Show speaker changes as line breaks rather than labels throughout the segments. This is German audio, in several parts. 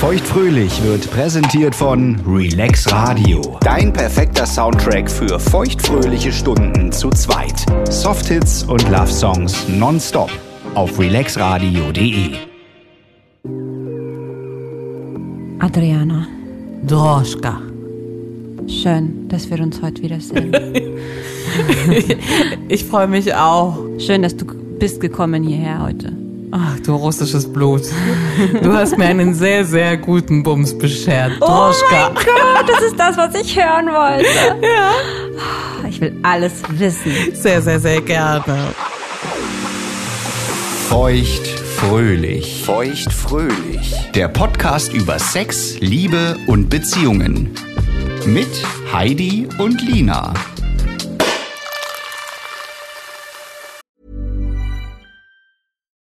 Feuchtfröhlich wird präsentiert von Relax Radio. Dein perfekter Soundtrack für feuchtfröhliche Stunden zu zweit. Softhits und Love Songs nonstop auf relaxradio.de.
Adriana,
Droschka.
schön, dass wir uns heute wiedersehen.
Ich freue mich auch.
Schön, dass du bist gekommen hierher heute.
Ach, du russisches Blut. Du hast mir einen sehr, sehr guten Bums beschert. Droschka.
Oh Gott, das ist das, was ich hören wollte. Ja. Ich will alles wissen.
sehr, sehr, sehr gerne.
Feuchtfröhlich. Feuchtfröhlich. Der Podcast über Sex, Liebe und Beziehungen. Mit Heidi und Lina.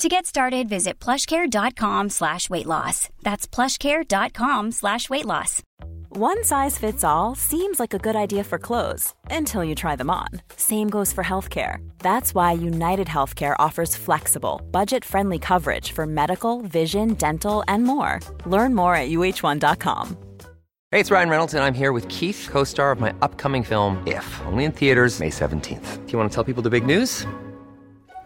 To get started, visit plushcare.com slash weight loss. That's plushcare.com slash weight loss.
One size fits all seems like a good idea for clothes until you try them on. Same goes for healthcare. That's why United Healthcare offers flexible, budget friendly coverage for medical, vision, dental, and more. Learn more at uh1.com.
Hey, it's Ryan Reynolds, and I'm here with Keith, co star of my upcoming film, If, only in theaters, May 17th. Do you want to tell people the big news?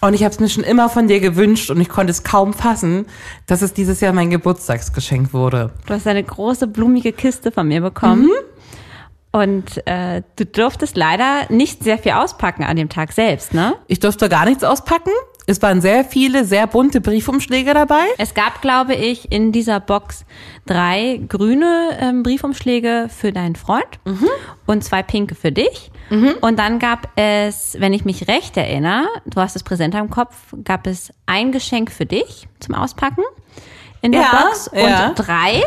Und ich habe es mir schon immer von dir gewünscht und ich konnte es kaum fassen, dass es dieses Jahr mein Geburtstagsgeschenk wurde.
Du hast eine große blumige Kiste von mir bekommen. Und äh, du durftest leider nicht sehr viel auspacken an dem Tag selbst, ne?
Ich durfte gar nichts auspacken. Es waren sehr viele, sehr bunte Briefumschläge dabei.
Es gab, glaube ich, in dieser Box drei grüne ähm, Briefumschläge für deinen Freund und zwei pinke für dich. Und dann gab es, wenn ich mich recht erinnere, du hast das Präsent am Kopf, gab es ein Geschenk für dich zum Auspacken in der
Ja,
Box und
ja.
drei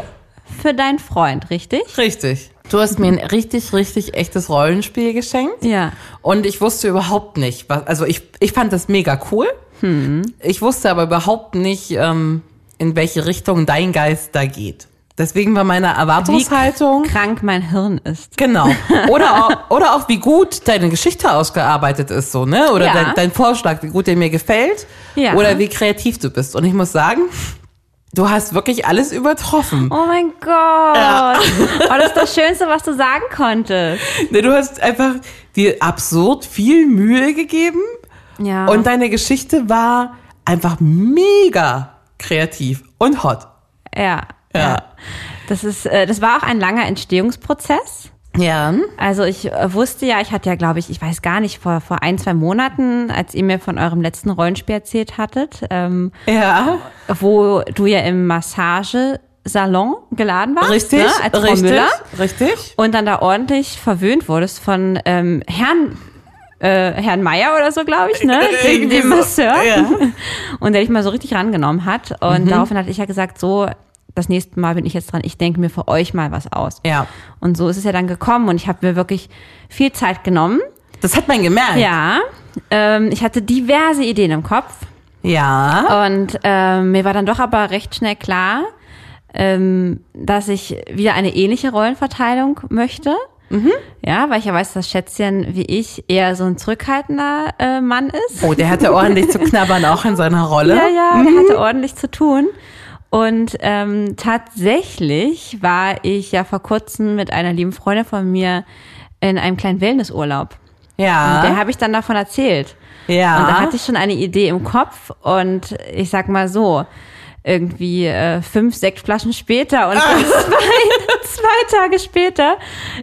für deinen Freund, richtig?
Richtig. Du hast mir ein richtig, richtig echtes Rollenspiel geschenkt.
Ja.
Und ich wusste überhaupt nicht, was, also ich, ich fand das mega cool.
Hm.
Ich wusste aber überhaupt nicht, ähm, in welche Richtung dein Geist da geht. Deswegen war meine Erwartungshaltung.
Krank mein Hirn ist.
Genau. Oder auch, oder auch wie gut deine Geschichte ausgearbeitet ist, so, ne? Oder
Ja.
dein, dein Vorschlag, wie gut der mir gefällt.
Ja.
Oder wie kreativ du bist. Und ich muss sagen, du hast wirklich alles übertroffen.
Oh mein Gott. Oh, das ist das Schönste, was du sagen konntest.
Ne, Du hast einfach dir absurd viel Mühe gegeben.
Ja.
Und deine Geschichte war einfach mega kreativ und hot.
ja.
Ja.
Das ist, äh, das war auch ein langer Entstehungsprozess.
Ja.
Also ich äh, wusste ja, ich hatte ja, glaube ich, ich weiß gar nicht, vor, vor ein, zwei Monaten, als ihr mir von eurem letzten Rollenspiel erzählt hattet, ähm,
Ja.
wo du ja im Massagesalon geladen warst,
Richtig.
ne, als Frau
richtig.
Müller.
Richtig.
Und dann da ordentlich verwöhnt wurdest von ähm, Herrn, äh, Herrn Meier oder so, glaube ich, ne? Dem,
Irgendwie
dem
so.
Masseur.
Ja. Mhm.
Und der dich mal so richtig rangenommen hat. Und daraufhin hatte ich ja gesagt, so, das nächste Mal bin ich jetzt dran, ich denke mir für euch mal was aus.
Ja.
Und so ist es ja dann gekommen und ich habe mir wirklich viel Zeit genommen.
Das hat man gemerkt.
Ja, ähm, ich hatte diverse Ideen im Kopf
Ja.
und ähm, mir war dann doch aber recht schnell klar, ähm, dass ich wieder eine ähnliche Rollenverteilung möchte. Ja, weil ich ja weiß, dass Schätzchen wie ich eher so ein zurückhaltender äh, Mann ist.
Oh, der hatte ordentlich zu knabbern, auch in seiner Rolle.
Ja, ja, der hatte ordentlich zu tun. Und ähm, tatsächlich war ich ja vor kurzem mit einer lieben Freundin von mir in einem kleinen Wellnessurlaub. Und der
Ja.
habe ich dann davon erzählt.
ja.
Und da hatte ich schon eine Idee im Kopf und ich sag mal so, irgendwie äh, fünf, sechs Flaschen später und ganz weit zwei Tage später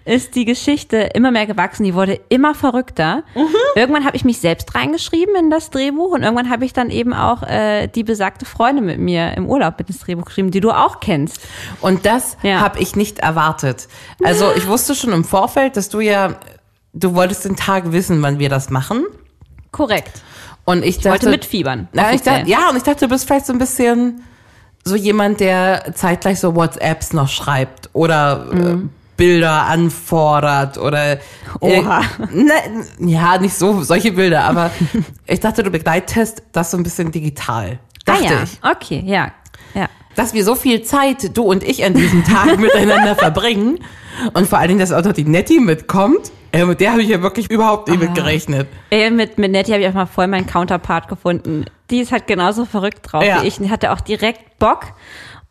ist die Geschichte immer mehr gewachsen. Die wurde immer verrückter.
Mhm.
Irgendwann habe ich mich selbst reingeschrieben in das Drehbuch und irgendwann habe ich dann eben auch äh, die besagte Freundin mit mir im Urlaub mit ins Drehbuch geschrieben, die du auch kennst.
Und das
Ja.
habe ich nicht erwartet. Also ich wusste schon im Vorfeld, dass du ja, du wolltest den Tag wissen, wann wir das machen.
Korrekt.
Und ich dachte,
wollte mitfiebern,
Na, ich
offiziell.
dachte, ja, und ich dachte, du bist vielleicht so ein bisschen so jemand, der zeitgleich so WhatsApps noch schreibt oder
Mhm.
äh, Bilder anfordert oder
Oha.
Äh, ne, ja, nicht so solche Bilder, aber ich dachte, du begleitest das so ein bisschen digital. Dachte
ah ja,
ich.
okay, ja. ja.
Dass wir so viel Zeit, du und ich, an diesem Tag miteinander verbringen und vor allen Dingen, dass auch noch die Nettie mitkommt, äh, mit der habe ich ja wirklich überhaupt
Ah.
nicht mit gerechnet.
Ey, mit, mit Nettie habe ich einfach voll meinen Counterpart gefunden. Die ist halt genauso verrückt drauf
Ja.
wie ich und die hatte auch direkt Bock.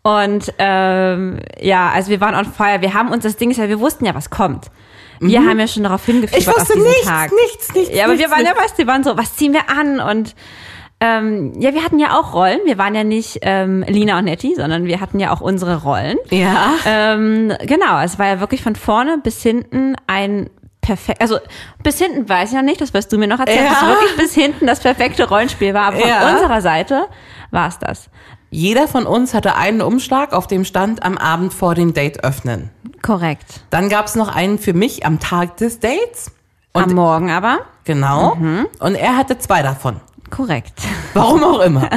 Und ähm, ja, also wir waren on fire. Wir haben uns, das Ding ist ja, wir wussten ja, was kommt. Wir haben ja schon darauf
Mhm. Ich
hingefiebert auf
wusste
diesen
nichts,
Tag.
nichts, nichts.
Ja, aber
nichts,
wir waren
nichts.
ja, weißt du, wir waren so, was ziehen wir an? Und ähm, ja, wir hatten ja auch Rollen. Wir waren ja nicht ähm, Lina und Nettie, sondern wir hatten ja auch unsere Rollen.
Ja.
Ähm, genau, es war ja wirklich von vorne bis hinten ein perfekt, also bis hinten weiß ich ja nicht, das wirst du mir noch erzählen,
Ja.
dass es wirklich bis hinten das perfekte Rollenspiel war, aber von
Ja.
unserer Seite war es das.
Jeder von uns hatte einen Umschlag, auf dem stand am Abend vor dem Date öffnen.
Korrekt.
Dann gab es noch einen für mich am Tag des Dates. Und
Am Morgen aber
genau. Und er hatte zwei davon.
korrekt,
Warum auch immer.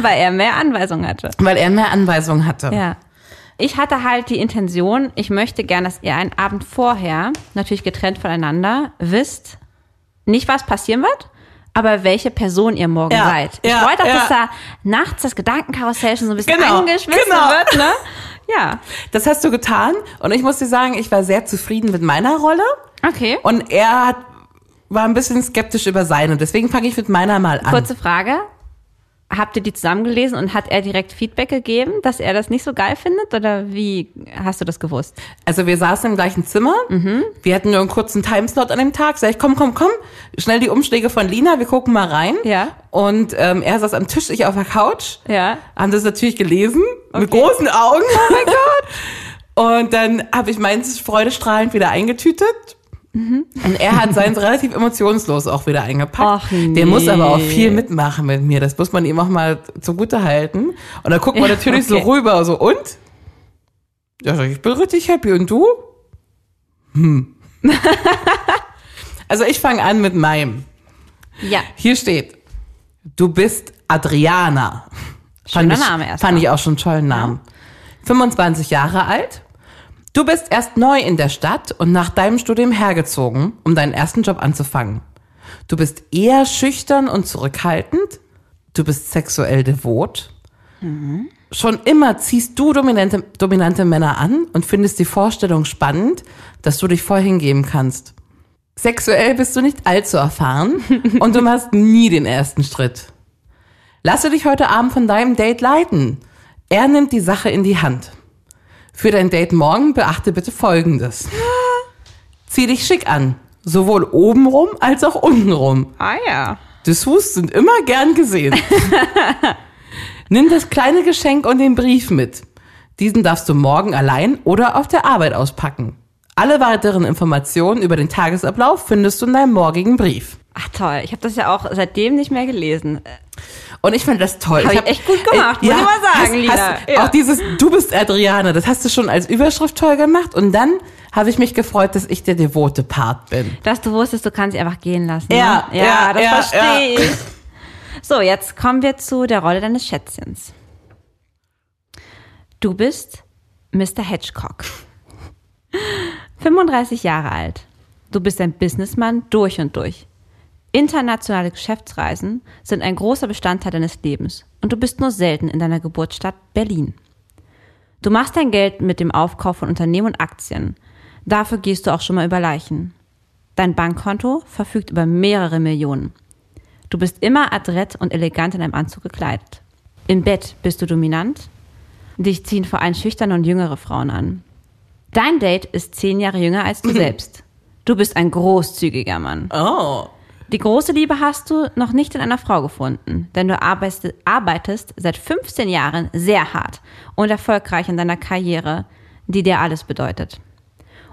weil er mehr Anweisungen hatte.
Weil er mehr Anweisungen hatte.
Ja. Ich hatte halt die Intention, ich möchte gern, dass ihr einen Abend vorher, natürlich getrennt voneinander, wisst, nicht was passieren wird, aber welche Person ihr morgen
Ja,
seid. Ich
ja,
wollte auch,
ja.
dass da nachts das Gedankenkarussell schon so ein bisschen
Genau,
angeschmissen
genau.
wird, ne? Ja.
Das hast du getan. Und ich muss dir sagen, ich war sehr zufrieden mit meiner Rolle.
Okay.
Und er hat, war ein bisschen skeptisch über seine. Deswegen fange ich mit meiner mal an.
Kurze Frage. Habt ihr die zusammengelesen und hat er direkt Feedback gegeben, dass er das nicht so geil findet? Oder wie hast du das gewusst?
Also wir saßen im gleichen Zimmer.
Mhm.
Wir hatten nur einen kurzen Timeslot an dem Tag. Sag ich, komm, komm, komm, schnell die Umschläge von Lina, wir gucken mal rein.
Ja.
Und ähm, er saß am Tisch, ich auf der Couch.
Ja.
Haben das natürlich gelesen, mit großen Augen. Oh mein Gott. Und dann habe ich meins freudestrahlend wieder eingetütet.
Mhm.
Und er hat seins relativ emotionslos auch wieder eingepackt.
Ach, nee.
Der muss aber auch viel mitmachen mit mir. Das muss man ihm auch mal zugute halten. Und dann guckt man
Ja,
natürlich
okay.
so rüber, so und? Ja, sag ich ich bin richtig happy. Und du? Hm. also ich fange an mit meinem.
Ja.
Hier steht, du bist Adriana.
Schöner
fand ich,
Name erst
Fand
mal.
ich auch schon einen tollen Namen. 25 Jahre alt. Du bist erst neu in der Stadt und nach deinem Studium hergezogen, um deinen ersten Job anzufangen. Du bist eher schüchtern und zurückhaltend. Du bist sexuell devot.
Mhm.
Schon immer ziehst du dominante, dominante Männer an und findest die Vorstellung spannend, dass du dich voll hingeben kannst. Sexuell bist du nicht allzu erfahren und du machst nie den ersten Schritt. Lasse dich heute Abend von deinem Date leiten. Er nimmt die Sache in die Hand. Für dein Date morgen beachte bitte Folgendes. Zieh dich schick an, sowohl obenrum als auch untenrum.
Ah ja.
Dessous sind immer gern gesehen. Nimm das kleine Geschenk und den Brief mit. Diesen darfst du morgen allein oder auf der Arbeit auspacken. Alle weiteren Informationen über den Tagesablauf findest du in deinem morgigen Brief.
Ach toll, ich habe das ja auch seitdem nicht mehr gelesen.
Und ich fand das toll.
Hab ich echt gut gemacht, muss ich mal sagen,
hast,
Lina.
Hast,
Ja.
Auch dieses Du bist Adriane, das hast du schon als Überschrift toll gemacht. Und dann habe ich mich gefreut, dass ich der devote Part bin.
Dass du wusstest, du kannst sie einfach gehen lassen.
Ja,
ne? ja,
ja,
das
ja,
verstehe
ja.
ich. So, jetzt kommen wir zu der Rolle deines Schätzchens. Du bist Mr. Hedgecock. 35 Jahre alt. Du bist ein Businessman durch und durch. Internationale Geschäftsreisen sind ein großer Bestandteil deines Lebens und du bist nur selten in deiner Geburtsstadt Berlin. Du machst dein Geld mit dem Aufkauf von Unternehmen und Aktien. Dafür gehst du auch schon mal über Leichen. Dein Bankkonto verfügt über mehrere Millionen. Du bist immer adrett und elegant in einem Anzug gekleidet. Im Bett bist du dominant. Dich ziehen vor allem schüchterne und jüngere Frauen an. Dein Date ist zehn Jahre jünger als du selbst. Du bist ein großzügiger Mann.
Oh.
Die große Liebe hast du noch nicht in einer Frau gefunden, denn du arbeitest, arbeitest seit 15 Jahren sehr hart und erfolgreich in deiner Karriere, die dir alles bedeutet.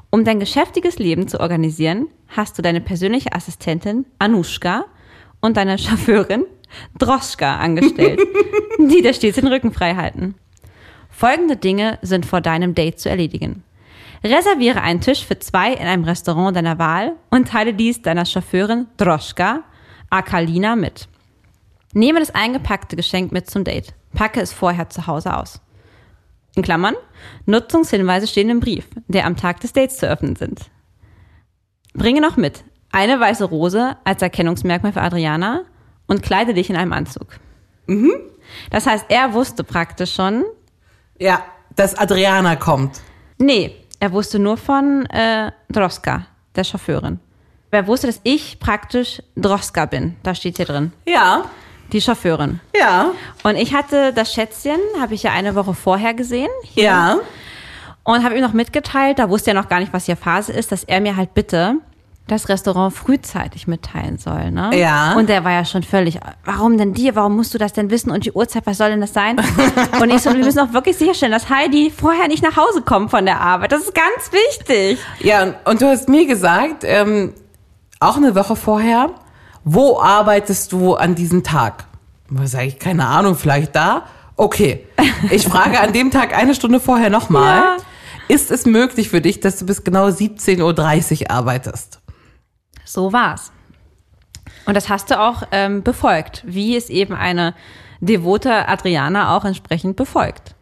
Um dein geschäftiges Leben zu organisieren, hast du deine persönliche Assistentin Anushka und deine Chauffeurin Droschka angestellt, die dir stets den Rücken frei halten. Folgende Dinge sind vor deinem Date zu erledigen. Reserviere einen Tisch für zwei in einem Restaurant deiner Wahl und teile dies deiner Chauffeurin Droschka Akalina mit. Nehme das eingepackte Geschenk mit zum Date. Packe es vorher zu Hause aus. In Klammern, Nutzungshinweise stehen im Brief, der am Tag des Dates zu öffnen sind. Bringe noch mit eine weiße Rose als Erkennungsmerkmal für Adriana und kleide dich in einem Anzug. Das heißt, er wusste praktisch schon,
Ja, dass Adriana kommt.
Nee, er wusste nur von äh, Droska, der Chauffeurin. Er wusste, dass ich praktisch Droska bin. Da steht hier drin.
Ja,
Die Chauffeurin.
ja,
Und ich hatte das Schätzchen, habe ich ja eine Woche vorher gesehen. Hier.
ja.
Und habe ihm noch mitgeteilt, da wusste er noch gar nicht, was hier Phase ist, dass er mir halt bitte das Restaurant frühzeitig mitteilen soll. Ne?
Ja.
Und er war ja schon völlig, warum denn dir, warum musst du das denn wissen und die Uhrzeit, was soll denn das sein? Und ich so, wir müssen auch wirklich sicherstellen, dass Heidi vorher nicht nach Hause kommt von der Arbeit. Das ist ganz wichtig.
Ja, und, und du hast mir gesagt, ähm, auch eine Woche vorher, wo arbeitest du an diesem Tag? Da sage ich, keine Ahnung, vielleicht da? Okay, ich frage an dem Tag eine Stunde vorher nochmal.
Ja.
Ist es möglich für dich, dass du bis genau 17.30 Uhr arbeitest?
So war's. Und das hast du auch ähm, befolgt, wie es eben eine devote Adriana auch entsprechend befolgt.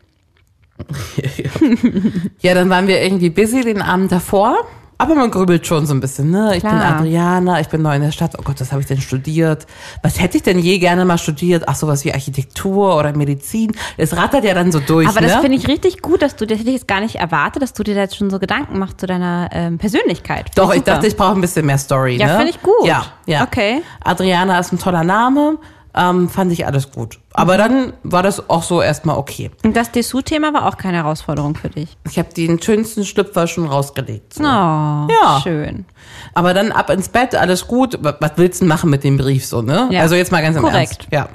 Ja, dann waren wir irgendwie busy den Abend davor. Aber man grübelt schon so ein bisschen, ne? Ich bin
Klar.
Adriana, ich bin neu in der Stadt. Oh Gott, was habe ich denn studiert? Was hätte ich denn je gerne mal studiert? Ach, sowas wie Architektur oder Medizin. Es rattert ja dann so durch,
Aber
ne?
das finde ich richtig gut, dass du, das hätte ich jetzt gar nicht erwartet, dass du dir da jetzt schon so Gedanken machst zu deiner ähm, Persönlichkeit. Find
Doch, ich
super.
dachte, ich brauche ein bisschen mehr Story.
Ja,
ne?
finde ich gut.
Ja, ja.
Okay.
Adriana ist ein toller Name. Ähm, fand ich alles gut. Aber
Mhm.
dann war das auch so erstmal okay.
Und das Dessous-Thema war auch keine Herausforderung für dich.
Ich habe den schönsten Schlüpfer schon rausgelegt. So.
Oh, ja. schön.
Aber dann ab ins Bett, alles gut. Wa- Was willst du denn machen mit dem Brief so, ne?
Ja.
Also jetzt mal ganz im
Korrekt.
Ernst. Ja.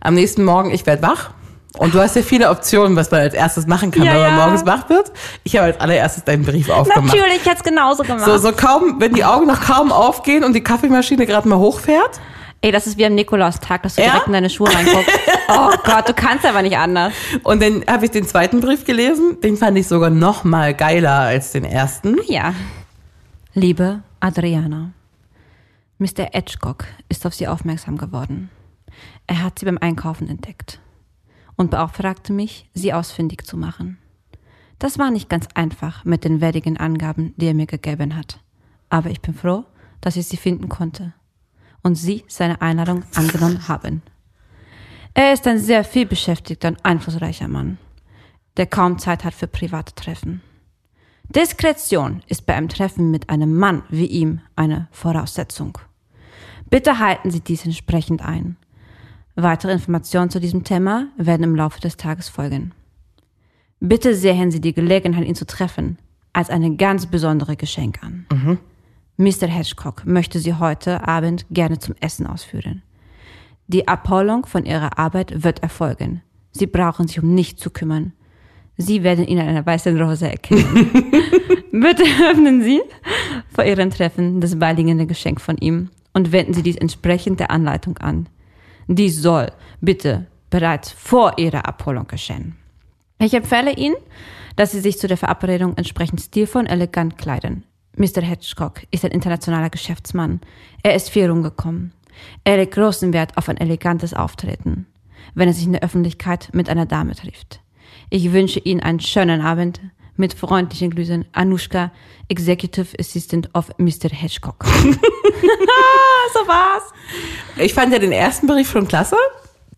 Am nächsten Morgen, ich werde wach. Und du hast ja viele Optionen, was man als erstes machen kann,
Ja,
wenn man
ja.
morgens wach wird. Ich habe als allererstes deinen Brief aufgemacht.
Natürlich, ich hätte es genauso gemacht.
So, so kaum, wenn die Augen noch kaum aufgehen und die Kaffeemaschine gerade mal hochfährt.
Ey, das ist wie am Nikolaustag, dass du
Ja?
direkt in deine Schuhe reinguckst. oh Gott, du kannst aber nicht anders.
Und dann habe ich den zweiten Brief gelesen. Den fand ich sogar noch mal geiler als den ersten.
Ja. Liebe Adriana, Mr. Edgecock ist auf sie aufmerksam geworden. Er hat sie beim Einkaufen entdeckt und beauftragte mich, sie ausfindig zu machen. Das war nicht ganz einfach mit den wertigen Angaben, die er mir gegeben hat. Aber ich bin froh, dass ich sie finden konnte und sie seine Einladung angenommen haben. Er ist ein sehr vielbeschäftigter und einflussreicher Mann, der kaum Zeit hat für private Treffen. Diskretion ist bei einem Treffen mit einem Mann wie ihm eine Voraussetzung. Bitte halten Sie dies entsprechend ein. Weitere Informationen zu diesem Thema werden im Laufe des Tages folgen. Bitte sehen Sie die Gelegenheit, ihn zu treffen, als eine ganz besondere Geschenk an. Mr. Hedgecock möchte Sie heute Abend gerne zum Essen ausführen. Die Abholung von Ihrer Arbeit wird erfolgen. Sie brauchen sich um nichts zu kümmern. Sie werden ihn an einer weißen Rose erkennen. Bitte öffnen Sie vor Ihrem Treffen das beiliegende Geschenk von ihm und wenden Sie dies entsprechend der Anleitung an. Dies soll bitte bereits vor Ihrer Abholung geschehen. Ich empfehle Ihnen, dass Sie sich zu der Verabredung entsprechend stilvoll und elegant kleiden. Mr. Hedgecock ist ein internationaler Geschäftsmann. Er ist viel rumgekommen. Er legt großen Wert auf ein elegantes Auftreten, wenn er sich in der Öffentlichkeit mit einer Dame trifft. Ich wünsche Ihnen einen schönen Abend. Mit freundlichen Grüßen, Anushka, Executive Assistant of Mr. Hedgecock. so war's.
Ich fand ja den ersten Brief schon klasse.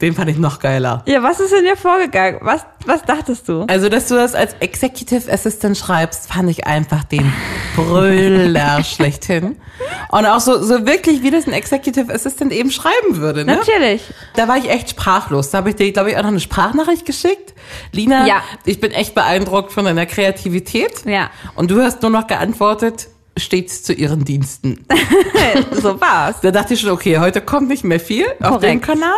Den fand ich noch geiler.
Ja, was ist in dir vorgegangen? Was, was dachtest du?
Also, dass du das als Executive Assistant schreibst, fand ich einfach den Brüller schlechthin. Und auch so, so wirklich, wie das ein Executive Assistant eben schreiben würde. Ne?
Natürlich.
Da war ich echt sprachlos. Da habe ich dir, glaube ich, auch noch eine Sprachnachricht geschickt. Lina,
Ja.
ich bin echt beeindruckt von deiner Kreativität.
Ja.
Und du hast nur noch geantwortet, stets zu ihren Diensten.
So war's.
Da dachte ich schon, okay, heute kommt nicht mehr viel auf
Korrekt.
dem Kanal.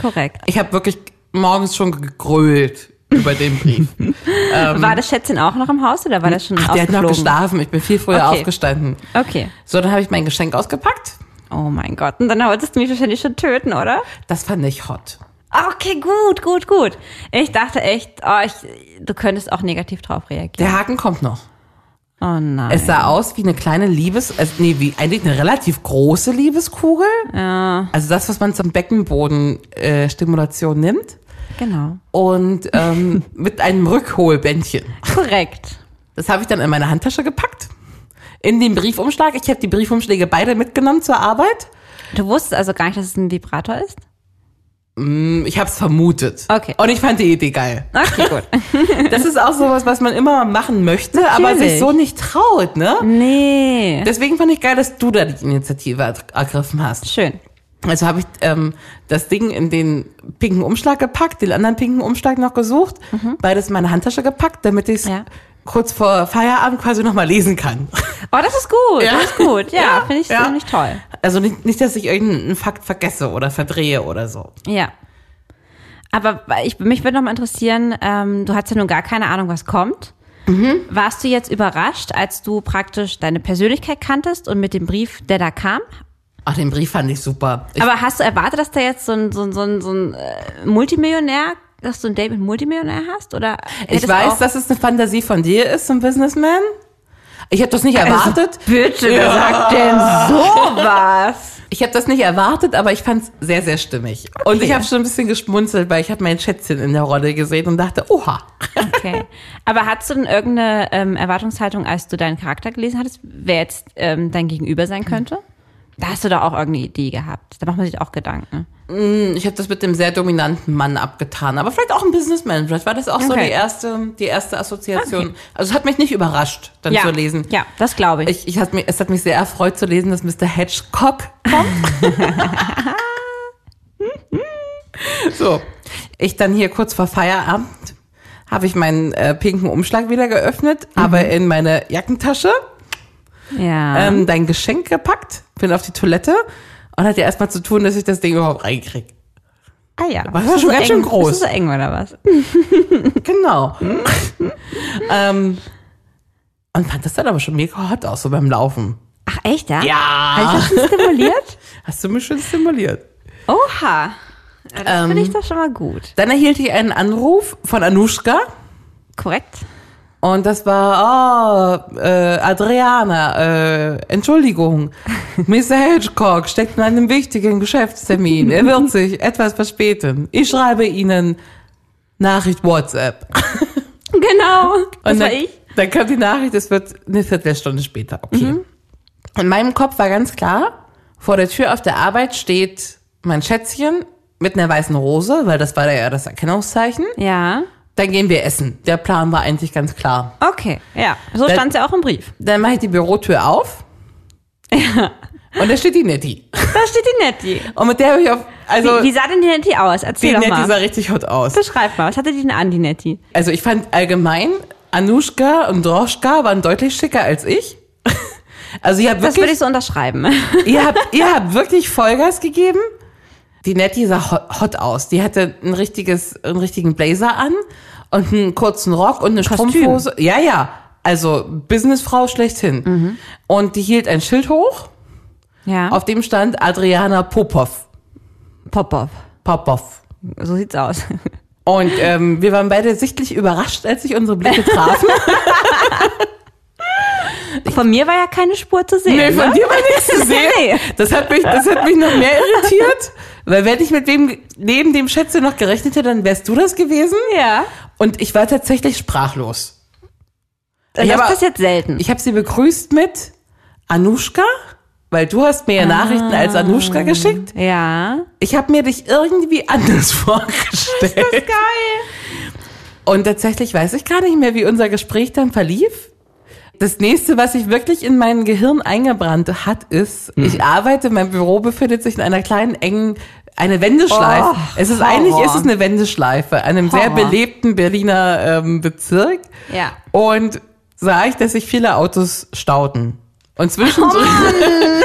Korrekt.
Ich habe wirklich morgens schon gegrölt über den Brief.
war das Schätzchen auch noch im Haus oder war das schon
Ähm, Ach, der hat halt noch
aufgeflogen?
geschlafen. Ich bin viel früher
Okay.
aufgestanden.
Okay.
So, dann habe ich mein Geschenk ausgepackt.
Oh mein Gott. Und dann wolltest du mich wahrscheinlich schon töten, oder?
Das fand ich hot.
Ah, Okay, gut, gut, gut. Ich dachte echt, oh, ich, du könntest auch negativ drauf reagieren.
Der Haken kommt noch.
oh nein.
Es sah aus wie eine kleine Liebes, also nee, wie eigentlich eine relativ große Liebeskugel.
ja,
Also das, was man zum Beckenboden äh, Stimulation nimmt
genau.
und ähm, mit einem Rückholbändchen.
Korrekt.
Das habe ich dann in meine Handtasche gepackt. In den Briefumschlag. Ich habe die Briefumschläge beide mitgenommen zur Arbeit.
Du wusstest also gar nicht, dass es ein Vibrator ist?
Ich habe es vermutet.
Okay.
Und ich fand die Idee geil.
Okay, gut.
Das ist auch sowas, was man immer machen möchte, aber
Natürlich.
sich so nicht traut, ne?
Nee.
Deswegen fand ich geil, dass du da die Initiative er- ergriffen hast.
Schön.
Also habe ich ähm, das Ding in den pinken Umschlag gepackt, den anderen pinken Umschlag noch gesucht, beides in meine Handtasche gepackt, damit ich es
Mhm. Ja.
kurz vor Feierabend quasi nochmal lesen kann.
Oh, das ist gut.
Ja.
Das ist gut. Ja, finde ich
ja.
ziemlich toll.
Also nicht, nicht, dass ich irgendeinen Fakt vergesse oder verdrehe oder so.
Ja. Aber ich, mich würde noch mal interessieren, ähm, du hast ja nun gar keine Ahnung, was kommt. Warst du jetzt überrascht, als du praktisch deine Persönlichkeit kanntest und mit dem Brief, der da kam?
Ach, den Brief fand ich super. Ich,
Aber hast du erwartet, dass da jetzt so ein, so ein, so ein, so ein äh, Multimillionär, dass du ein Date mit einem Multimillionär hast? Oder
ich
hättest du
weiß,
auch-
dass es eine Fantasie von dir ist, so ein Businessman. Ich habe das nicht
Also,
erwartet.
Bitte, wer
Ja.
sagt denn sowas?
Ich habe das nicht erwartet, aber ich fand es sehr, sehr stimmig. Und ich habe schon ein bisschen geschmunzelt, weil ich habe mein Schätzchen in der Rolle gesehen und dachte, oha.
Okay. Aber hattest du denn irgendeine ähm, Erwartungshaltung, als du deinen Charakter gelesen hattest, wer jetzt ähm, dein Gegenüber sein könnte? Da hast du doch auch irgendeine Idee gehabt. Da macht man sich auch Gedanken.
Ich habe das mit dem sehr dominanten Mann abgetan, aber vielleicht auch ein Businessman. Vielleicht war das auch so
Okay.
die erste, die erste Assoziation. Also es hat mich nicht überrascht, dann zu lesen.
Ja, das glaube ich.
Ich, ich hat mich, es hat mich sehr erfreut zu lesen, dass Mr. Hedgecock kommt. so, ich dann hier kurz vor Feierabend habe ich meinen äh, pinken Umschlag wieder geöffnet,
Mhm.
aber in meine Jackentasche
ja.
ähm, dein Geschenk gepackt, bin auf die Toilette und hatte erstmal zu tun, dass ich das Ding überhaupt reinkriege.
ah ja.
war
Ist das
schon
so
ganz
eng?
schön groß.
Ist das so eng oder was?
Genau. ähm, und fand das dann aber schon mega hot aus, so beim Laufen.
Ach echt, ja?
Ja.
Hast du das schon stimuliert?
Hast du mich schon stimuliert?
Oha. Ja,
Ähm,
das finde ich doch schon mal gut.
Dann erhielt ich einen Anruf von Anushka
Korrekt?
und das war, oh, äh, Adriana, äh, Entschuldigung, Mr. Hedgecock steckt in einem wichtigen Geschäftstermin. Er wird sich etwas verspäten. Ich schreibe Ihnen Nachricht WhatsApp.
Genau. Das
Und
war
dann,
ich.
Dann kam die Nachricht, es wird eine Viertelstunde später. Okay. Mhm. In meinem Kopf war ganz klar, vor der Tür auf der Arbeit steht mein Schätzchen mit einer weißen Rose, weil das war ja das Erkennungszeichen.
Ja.
Dann gehen wir essen. Der Plan war eigentlich ganz klar.
Okay. Ja. So
Dann-
stand es ja auch im Brief.
Dann mache ich die Bürotür auf. Ja. Und da steht die Nettie.
Da steht die Nettie.
Und mit der habe ich auf, also,
wie, wie sah denn die Nettie aus?
die
Erzähl doch
Nettie
mal.
sah richtig hot aus.
Beschreib mal, was hatte die denn an, die Nettie?
Also ich fand allgemein, Anushka und Droschka waren deutlich schicker als ich. Also ihr habt
Das
wirklich
würde ich so unterschreiben.
ihr, habt, ihr habt wirklich Vollgas gegeben. Die Nettie sah hot, hot aus. Die hatte ein richtiges, einen richtigen Blazer an und einen kurzen Rock und eine
Kostüm.
Strumpfhose. Ja, ja. Also Businessfrau schlechthin. Und die hielt ein Schild hoch,
Ja.
auf dem stand Adriana Popov.
Popov.
Popov.
So sieht's aus.
Und ähm, wir waren beide sichtlich überrascht, als sich unsere Blicke trafen.
Von mir war ja keine Spur zu sehen.
Nee, von
ne?
dir war nichts zu sehen.
Nee.
Das hat mich, das hat mich noch mehr irritiert. Weil wenn ich mit wem ge- neben dem Schätze noch gerechnet hätte, dann wärst du das gewesen.
Ja.
Und ich war tatsächlich sprachlos.
Das
Ich
ist
hab-
das jetzt selten.
Ich habe sie begrüßt mit Anushka, weil du hast mir ja Nachrichten als Anushka geschickt.
ja.
Ich habe mir dich irgendwie anders vorgestellt.
Geil.
Und tatsächlich weiß ich gar nicht mehr, wie unser Gespräch dann verlief. Das nächste, was sich wirklich in mein Gehirn eingebrannt hat, ist,
Hm.
ich arbeite, mein Büro befindet sich in einer kleinen, engen, eine Wendeschleife.
Oh,
es ist,
Horror.
eigentlich ist es eine Wendeschleife, einem sehr
Horror.
belebten Berliner ähm, Bezirk.
Ja. Oh
Und sah ich, dass sich viele Autos stauten. Und zwischendrin,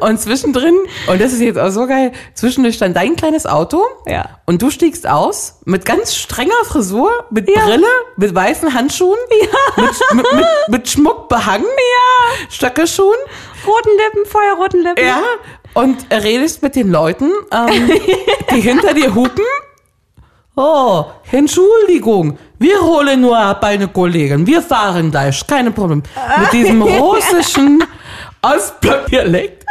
Und zwischendrin, und das ist jetzt auch so geil, zwischendurch stand dein kleines Auto.
Ja.
Und du stiegst aus mit ganz strenger Frisur, mit Brille, mit weißen Handschuhen, ja. mit, mit, mit, mit Schmuck behangen, ja. Stöckelschuhen,
Roten Lippen, feuerroten Lippen.
ja. Und redest mit den Leuten, ähm, die hinter dir hupen. Oh, Entschuldigung, wir holen nur ab, meine Kollegen. Wir fahren gleich, kein Problem. Mit diesem russischen Ostblock-Dialekt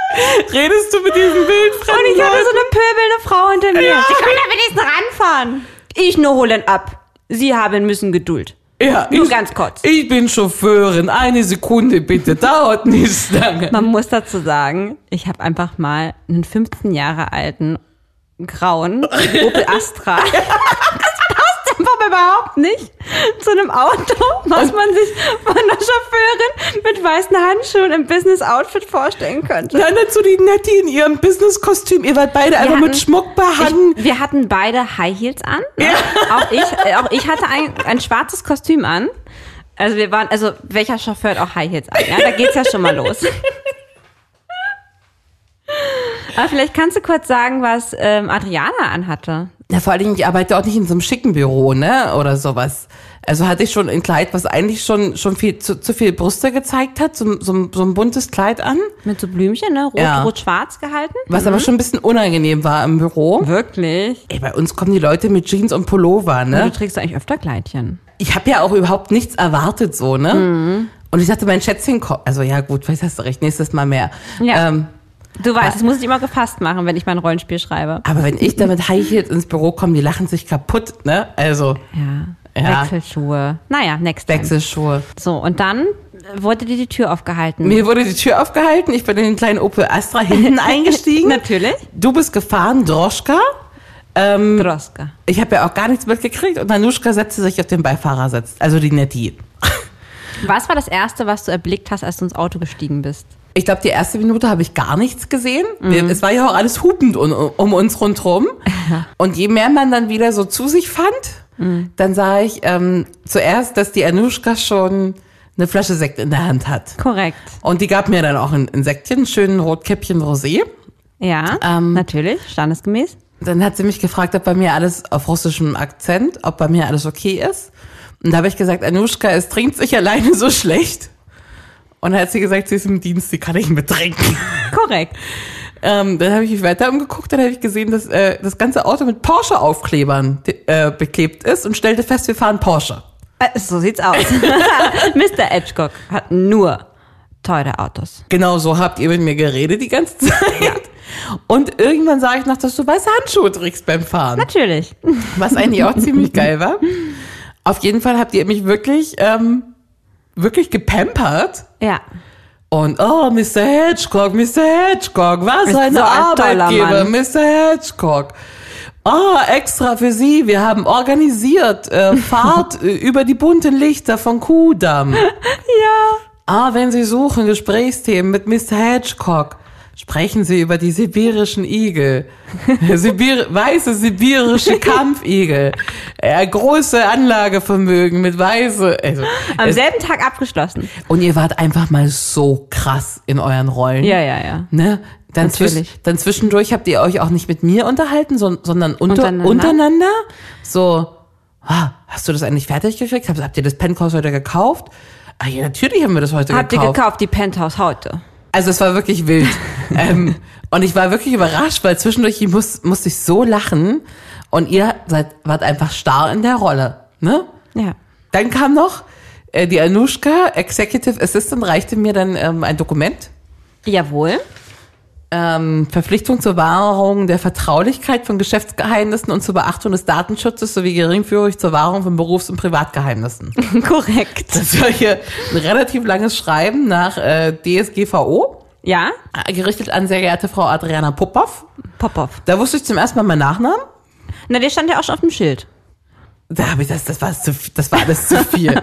redest du mit diesem
Und
wildfremden
ich hatte so
Leuten.
eine pöbelnde Frau hinter mir.
Ja.
Sie können da wenigstens ranfahren. Ich nur holen ab. Sie haben müssen Geduld.
Ja,
Nur ganz kurz.
Ich bin Chauffeurin, eine Sekunde bitte, dauert nicht lange.
Man muss dazu sagen, ich habe einfach mal einen 15 Jahre alten grauen Opel Astra. Das passt einfach überhaupt nicht zu einem Auto, was man sich von einer Chauffeurin mit weißen Handschuhen im Business Outfit vorstellen könnte.
Dann dazu die Nettie in ihrem Business-Kostüm, ihr wart beide einfach mit
hatten-
Schmuck behangen.
Ich, wir hatten beide High Heels an. Ne? Auch ich, äh, auch ich hatte ein, ein schwarzes Kostüm an. Also wir waren, also welcher Chauffeur hat auch High Heels an? Ja, da geht's ja schon mal los. Aber vielleicht kannst du kurz sagen, was ähm, Adriana anhatte.
Na, vor allen Dingen, ich arbeite auch nicht in so einem schicken Büro, ne? Oder sowas. Also hatte ich schon ein Kleid, was eigentlich schon, schon viel, zu, zu viel Brüste gezeigt hat, so, so, ein- so ein buntes Kleid an,
Mit so Blümchen, ne? Rot,
Ja.
rot-schwarz gehalten.
was aber schon ein bisschen unangenehm war im Büro.
Wirklich?
Ey, bei uns kommen die Leute mit Jeans und Pullover,
Du
ne?
trägst eigentlich öfter Kleidchen.
Ich habe ja auch überhaupt nichts erwartet, so, ne? Und ich dachte, mein Schätzchen kommt. Also ja, gut, vielleicht hast du recht, nächstes Mal mehr.
Ja.
Ähm,
Du weißt, das muss ich immer gefasst machen, wenn ich mein Rollenspiel schreibe.
aber wenn ich damit High Heels ins Büro komme, die lachen sich kaputt, ne? Also,
Ja.
Ja.
Wechselschuhe. Naja, next time.
Wechselschuhe.
So, und dann wurde dir die Tür aufgehalten.
Mir wurde die Tür aufgehalten, ich bin in den kleinen Opel Astra hinten eingestiegen.
Natürlich.
Du bist gefahren, Droschka.
Droska.
Ich habe ja auch gar nichts mitgekriegt und Nanuschka setzte sich auf den Beifahrersitz, also die Nettie.
Was war das Erste, was du erblickt hast, als du ins Auto gestiegen bist?
Ich glaube, die erste Minute habe ich gar nichts gesehen. Wir- Es war ja auch alles hupend um, um uns rundherum. Und je mehr man dann wieder so zu sich fand, dann sah ich ähm, zuerst, dass die Anuschka schon eine Flasche Sekt in der Hand hat.
Korrekt.
Und die gab mir dann auch ein, ein Sektchen, einen schönen Rotkäppchen Rosé.
Ja,
Ähm.
natürlich, standesgemäß.
Dann hat sie mich gefragt, ob bei mir alles auf russischem Akzent, ob bei mir alles okay ist. Und da habe ich gesagt, Anushka, es trinkt sich alleine so schlecht. Und dann hat sie gesagt, sie ist im Dienst, sie kann nicht mittrinken.
Korrekt.
Ähm, dann habe ich mich weiter umgeguckt, dann habe ich gesehen, dass äh, das ganze Auto mit Porsche-Aufklebern äh, beklebt ist und stellte fest, wir fahren Porsche.
Äh, So sieht's aus. Mr. Edgecock hat nur teure Autos.
Genau so habt ihr mit mir geredet die ganze Zeit. Und irgendwann sah ich noch, dass du weiße Handschuhe trägst beim Fahren.
Natürlich.
was eigentlich auch ziemlich geil war. Auf jeden Fall habt ihr mich wirklich, ähm, wirklich gepampert.
Ja.
Und oh, Mr. Hedgecock, Mr. Hedgecock, was
Ist
eine
so ein toller
Arbeitgeber,
Mann.
Mr. Hedgecock. Ah, extra für Sie, wir haben organisiert äh, Fahrt äh, über die bunten Lichter von Kudamm. Ah, wenn Sie suchen Gesprächsthemen mit Mr. Hedgecock, sprechen Sie über die sibirischen Igel. Sibir weiße sibirische Kampfigel. Äh, große Anlagevermögen mit weiße. Also,
Am
es-
selben Tag abgeschlossen.
und ihr wart einfach mal so krass in euren Rollen.
Ja, ja, ja.
Ne? Dann, zwisch,
Natürlich.
dann zwischendurch habt ihr euch auch nicht mit mir unterhalten, son- sondern unter,
Untereinander.
untereinander. So, ah, hast du das eigentlich fertig gekriegt? Habt, habt ihr das Penthouse heute gekauft? Ah, ja, natürlich haben wir das heute
Habt ihr
gekauft.
gekauft, die Penthouse heute?
Also es war wirklich wild. ähm, und ich war wirklich überrascht, weil zwischendurch ich muss, musste ich so lachen und ihr seid, wart einfach starr in der Rolle. Ne?
Ja.
Dann kam noch äh, die Anushka, Executive Assistant, reichte mir dann ähm, ein Dokument.
Jawohl.
Ähm, Verpflichtung zur Wahrung der Vertraulichkeit von Geschäftsgeheimnissen und zur Beachtung des Datenschutzes sowie geringfügig zur Wahrung von Berufs- und Privatgeheimnissen.
Korrekt.
Das war hier ein relativ langes Schreiben nach äh, DSGVO,
Ja?
äh, gerichtet an sehr geehrte Frau Adriana Popov.
Popov.
Da wusste ich zum ersten Mal meinen Nachnamen.
Na, der stand ja auch schon auf dem Schild.
Da habe ich das, das war zu, viel- das war alles zu viel.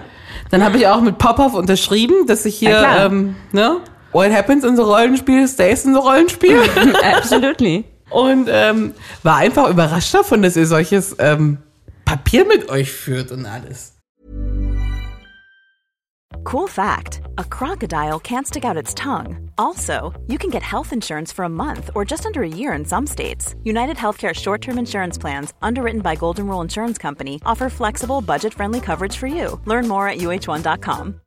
Dann habe ich auch mit Popov unterschrieben, dass ich
Na
hier,
klar.
ähm, ne, what happens in the Rollenspiel stays in the Rollenspiel.
Absolutely.
und ähm, war einfach überrascht davon, dass ihr solches ähm, Papier mit euch führt und alles.
Cool fact a crocodile can't stick out its tongue. Also, you can get health insurance for a month or just under a year in some states. United Healthcare short term insurance plans, underwritten by Golden Rule Insurance Company, offer flexible, budget friendly coverage for you. Learn more at uh1.com.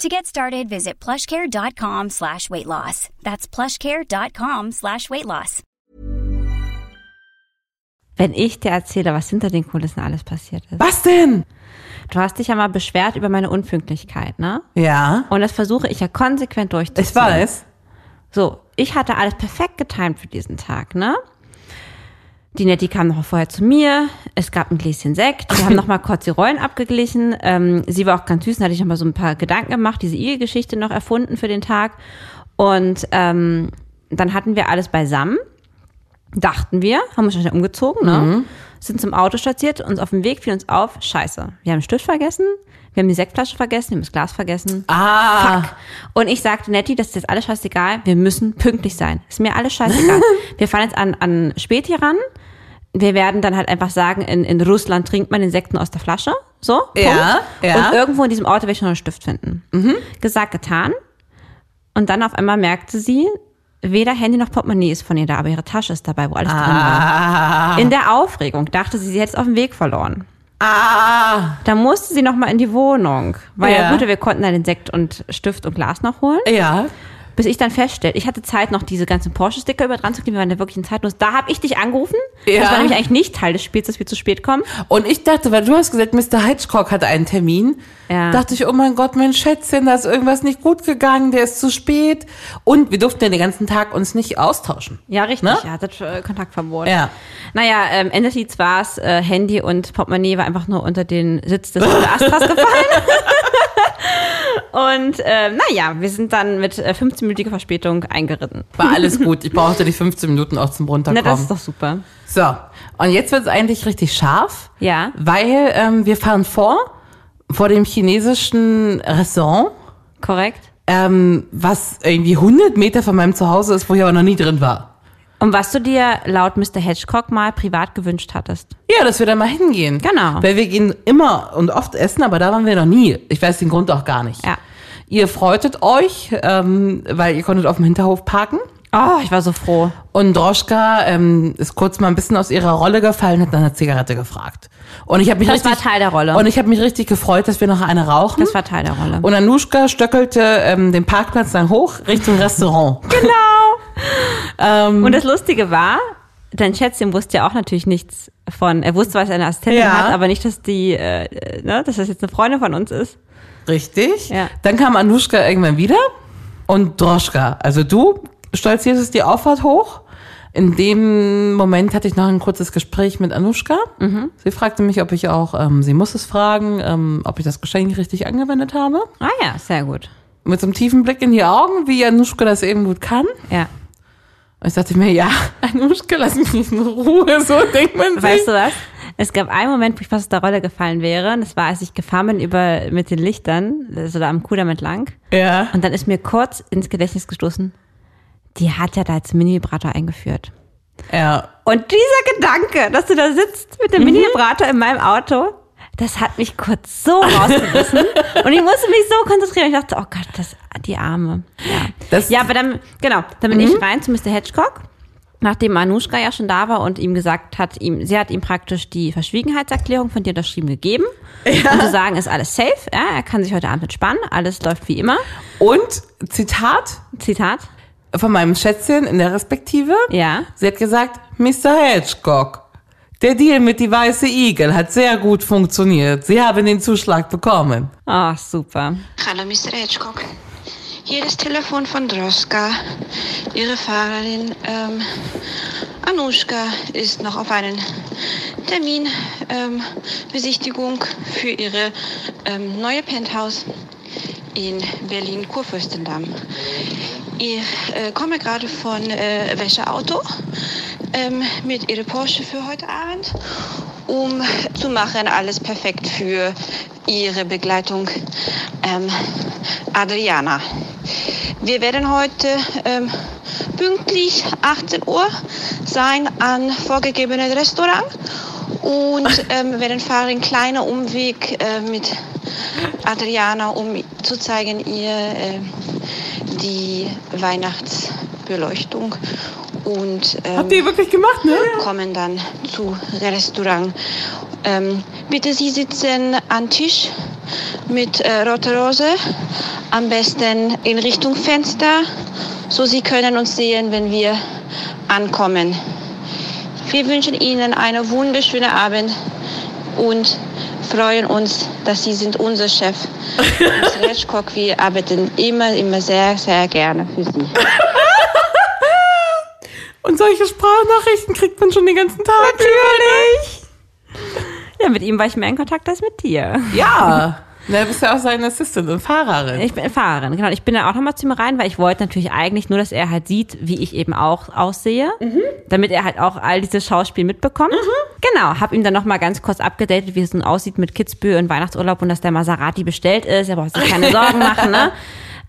To get started, visit plushcare.com slash weight loss. That's plushcare.com slash weight loss.
Wenn ich dir erzähle, was hinter den Kulissen alles passiert ist.
Was denn?
Du hast dich ja mal beschwert über meine Unpünktlichkeit, ne?
Ja.
Und das versuche ich ja konsequent durchzuziehen.
Ich weiß.
So, ich hatte alles perfekt getimt für diesen Tag, ne? Die Nettie kam noch vorher zu mir, es gab ein Gläschen Sekt, wir haben noch mal kurz die Rollen abgeglichen. Ähm, sie war auch ganz süß, da hatte ich noch mal so ein paar Gedanken gemacht, diese Ehegeschichte noch erfunden für den Tag. Und ähm, dann hatten wir alles beisammen, dachten wir, haben uns schnell umgezogen, ne? sind zum Auto statiert, uns auf dem Weg fiel uns auf, scheiße, wir haben den Stift vergessen, wir haben die Sektflasche vergessen, wir haben das Glas vergessen.
Ah.
Und ich sagte, Nettie, das ist jetzt alles scheißegal, wir müssen pünktlich sein. Ist mir alles scheißegal. wir fahren jetzt an, an spät hier ran. Wir werden dann halt einfach sagen, in, in Russland trinkt man Insekten aus der Flasche. So, Punkt.
Ja, ja. Mhm.
Und irgendwo in diesem Ort werde ich noch einen Stift finden. Gesagt, getan. Und dann auf einmal merkte sie, weder Handy noch Portemonnaie ist von ihr da, aber ihre Tasche ist dabei, wo alles drin war. In der Aufregung dachte sie, sie hätte es auf dem Weg verloren.
Ah.
Da musste sie noch mal in die Wohnung. Weil ja.
Ja.
gut, wir konnten dann den Sekt und Stift und Glas noch holen.
Ja.
Bis ich dann feststellte, ich hatte Zeit, noch diese ganzen Porsche-Sticker über dran zu kleben, wir waren da wirklich in Zeitlos. Da habe ich dich angerufen.
Ja.
Das war nämlich eigentlich nicht Teil des Spiels, dass wir zu spät kommen.
Und ich dachte, weil du hast gesagt, Mr. Hitchcock hat einen Termin,
Ja.
dachte ich, oh mein Gott, mein Schätzchen, da ist irgendwas nicht gut gegangen, der ist zu spät. Und wir durften ja den ganzen Tag uns nicht austauschen.
Ja, richtig.
Ne?
Er hatte äh, Kontaktverbot.
Ja.
Naja, ähm, endlich war's. Äh, Handy und Portemonnaie war einfach nur unter den Sitz des Opel Astras gefallen. und äh, naja, wir sind dann mit äh, 15-minütiger Verspätung eingeritten.
War alles gut. Ich brauchte die 15 Minuten auch zum
Na,
Runterkommen.
das ist doch super.
So, und jetzt wird es eigentlich richtig scharf.
Ja.
Weil ähm, wir fahren vor, vor dem chinesischen Restaurant,
Korrekt.
ähm, was irgendwie 100 Meter von meinem Zuhause ist, wo ich aber noch nie drin war.
Und was du dir laut Mr. Hedgecock mal privat gewünscht hattest.
Ja, dass wir da mal hingehen.
Genau.
Weil wir gehen immer und oft essen, aber da waren wir noch nie. Ich weiß den Grund auch gar nicht.
Ja.
Ihr freutet euch, ähm, weil ihr konntet auf dem Hinterhof parken.
Oh, ich war so froh.
Und Droschka ähm, ist kurz mal ein bisschen aus ihrer Rolle gefallen, hat nach einer Zigarette gefragt. Und ich habe mich
Das
richtig,
war Teil der Rolle.
Und ich habe mich richtig gefreut, dass wir noch eine rauchen.
Das war Teil der Rolle.
Und Anushka stöckelte ähm, den Parkplatz dann hoch Richtung Restaurant.
Und das Lustige war, dein Schätzchen wusste ja auch natürlich nichts von, er wusste, was eine Assistentin
Ja.
hat, aber nicht, dass die, äh, äh, ne, dass das jetzt eine Freundin von uns ist.
Richtig.
Ja.
Dann kam Anushka irgendwann wieder und Droschka. Also du stolziertest die Auffahrt hoch. In dem Moment hatte ich noch ein kurzes Gespräch mit Anushka.
Mhm.
Sie fragte mich, ob ich auch, ähm, sie muss es fragen, ähm, ob ich das Geschenk richtig angewendet habe.
Ah ja, sehr gut.
Mit so einem tiefen Blick in die Augen, wie Anushka das eben gut kann.
Ja.
Und ich dachte mir, ja, Anushka, lass mich in Ruhe. So denkt man sich.
Weißt du was? Es gab einen Moment, wo ich fast aus der Rolle gefallen wäre. Und das war, als ich gefahren bin über, mit den Lichtern, also da am Kudamm entlang.
Ja.
Und dann ist mir kurz ins Gedächtnis gestoßen, die hat ja da jetzt Mini-Vibrator eingeführt.
Ja.
Und dieser Gedanke, dass du da sitzt mit dem Mini-Vibrator in meinem Auto, das hat mich kurz so rausgerissen. und ich musste mich so konzentrieren. Ich dachte, oh Gott, das, die Arme. Ja,
Das-
ja aber dann, genau, dann bin ich rein zu Mr. Hedgecock. Nachdem Manushka ja schon da war und ihm gesagt hat, ihm, sie hat ihm praktisch die Verschwiegenheitserklärung von dir unterschrieben gegeben. Und zu sagen, ist alles safe, ja, er kann sich heute Abend entspannen, alles läuft wie immer.
Und Zitat
Zitat.
von meinem Schätzchen in der Respektive.
Ja.
Sie hat gesagt, Mr. Hedgecock, der Deal mit die weiße Igel hat sehr gut funktioniert. Sie haben den Zuschlag bekommen.
Ah, super.
Hallo, Mr. Hitchcock. Hier das Telefon von Droska. Ihre Fahrerin ähm, Anushka ist noch auf einen Termin, ähm, Besichtigung für ihre ähm, neue Penthouse in Berlin-Kurfürstendamm. Ich äh, komme gerade von äh, Wäscheauto ähm, mit ihrer Porsche für heute Abend, um zu machen alles perfekt für ihre Begleitung ähm, Adriana. Wir werden heute ähm, pünktlich 18 Uhr sein an vorgegebenen Restaurant und ähm, werden fahren einen kleinen Umweg äh, mit Adriana, um zu zeigen ihr äh, die Weihnachtsbeleuchtung und ähm,
Habt ihr wirklich gemacht, ne?
kommen dann zu Restaurant. Ähm, bitte Sie sitzen an Tisch mit äh, roter Rose, am besten in Richtung Fenster, so Sie können uns sehen, wenn wir ankommen. Wir wünschen Ihnen einen wunderschönen Abend und freuen uns, dass Sie sind unser Chef. Als Hitchcock, wir arbeiten immer, immer sehr, sehr gerne für Sie.
Und solche Sprachnachrichten kriegt man schon den ganzen Tag. Natürlich.
Ja, mit ihm war ich mehr in Kontakt als mit dir.
Ja. Na, du bist ja auch seine Assistent und Fahrerin.
Ich bin Fahrerin, genau. Ich bin dann auch nochmal zu ihm rein, weil ich wollte natürlich eigentlich nur, dass er halt sieht, wie ich eben auch aussehe, damit er halt auch all dieses Schauspiel mitbekommt. Genau, habe ihm dann nochmal ganz kurz abgedatet, wie es nun aussieht mit Kitzbühel und Weihnachtsurlaub und dass der Maserati bestellt ist. Er braucht sich keine Sorgen machen, ne?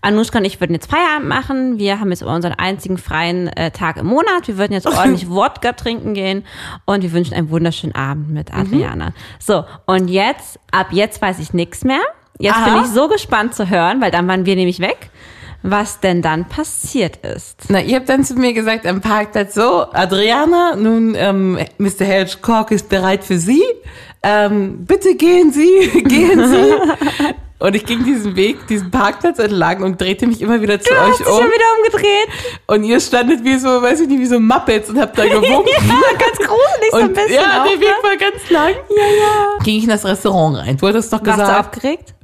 Anushka und ich würden jetzt Feierabend machen. Wir haben jetzt unseren einzigen freien äh, Tag im Monat. Wir würden jetzt ordentlich Wodka trinken gehen und wir wünschen einen wunderschönen Abend mit Adriana. So, und jetzt, ab jetzt weiß ich nichts mehr. Jetzt
Aha.
bin ich so gespannt zu hören, weil dann waren wir nämlich weg, was denn dann passiert ist.
Na, ihr habt dann zu mir gesagt am Parkplatz so, Adriana, nun ähm, Mr. Hedgecock ist bereit für Sie. Ähm, bitte gehen Sie, gehen Sie. Und ich ging diesen Weg, diesen Parkplatz entlang und drehte mich immer wieder zu
Du hast
euch
dich
um.
schon wieder umgedreht.
Und ihr standet wie so, weiß ich nicht, wie so Muppets und habt da gewunken.
Ja, ganz gruselig so ein
Und
bisschen
Ja,
auch,
der Weg
ne?
war ganz lang. Ja, ja. Ging ich in das Restaurant rein. Du hattest doch
Warst du
gesagt.
aufgeregt?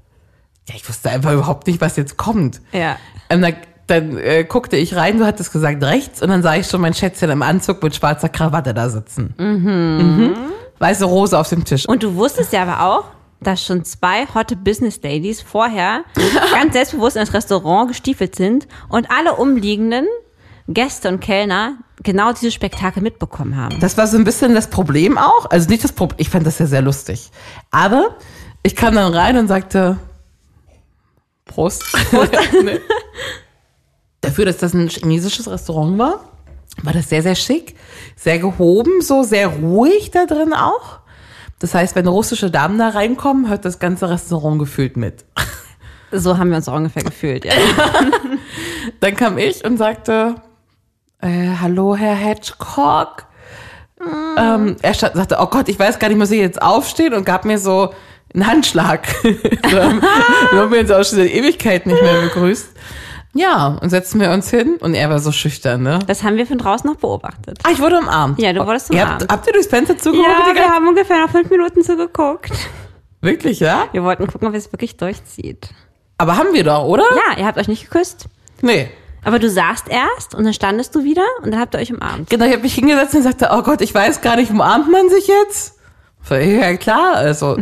Ja, ich wusste einfach überhaupt nicht, was jetzt kommt.
Ja.
Ähm, da, dann äh, guckte ich rein, du hattest gesagt rechts und dann sah ich schon mein Schätzchen im Anzug mit schwarzer Krawatte da sitzen. Mhm. Weiße Rose auf dem Tisch.
Und du wusstest ja aber auch, dass schon zwei hotte Business Ladies vorher ganz selbstbewusst ins Restaurant gestiefelt sind und alle umliegenden Gäste und Kellner genau dieses Spektakel mitbekommen haben.
das war so ein bisschen das Problem auch. Also nicht das Problem, ich fand das ja sehr lustig. Aber ich kam dann rein und sagte, Prost. Nee. Dafür, dass das ein chinesisches Restaurant war, war das sehr, sehr schick, sehr gehoben, so sehr ruhig da drin auch. Das heißt, wenn russische Damen da reinkommen, hört das ganze Restaurant gefühlt mit.
So haben wir uns auch ungefähr gefühlt. Ja.
Dann kam ich und sagte, äh, hallo Herr Hedgecock. Ähm, er stand, sagte, oh Gott, ich weiß gar nicht, muss ich jetzt aufstehen und gab mir so einen Handschlag. so, haben- wir haben uns auch schon seit Ewigkeit nicht mehr begrüßt. Ja, und setzten wir uns hin und er war so schüchtern, ne?
Das haben wir von draußen noch beobachtet.
Ah, ich wurde umarmt.
Ja, du wurdest
Ihr
umarmt.
Habt, Oh, habt ihr durchs Fenster zugeguckt? die
Ja,
ganze-
wir haben ungefähr noch fünf Minuten zugeguckt.
Wirklich, ja?
Wir wollten gucken, ob es wirklich durchzieht.
Aber haben wir doch, oder?
Ja, ihr habt euch nicht geküsst.
Nee.
Aber du saßt erst und dann standest du wieder und dann habt ihr euch umarmt.
Genau, ich habe mich hingesetzt und sagte, oh Gott, ich weiß gar nicht, umarmt man sich jetzt? So, ja, klar, also.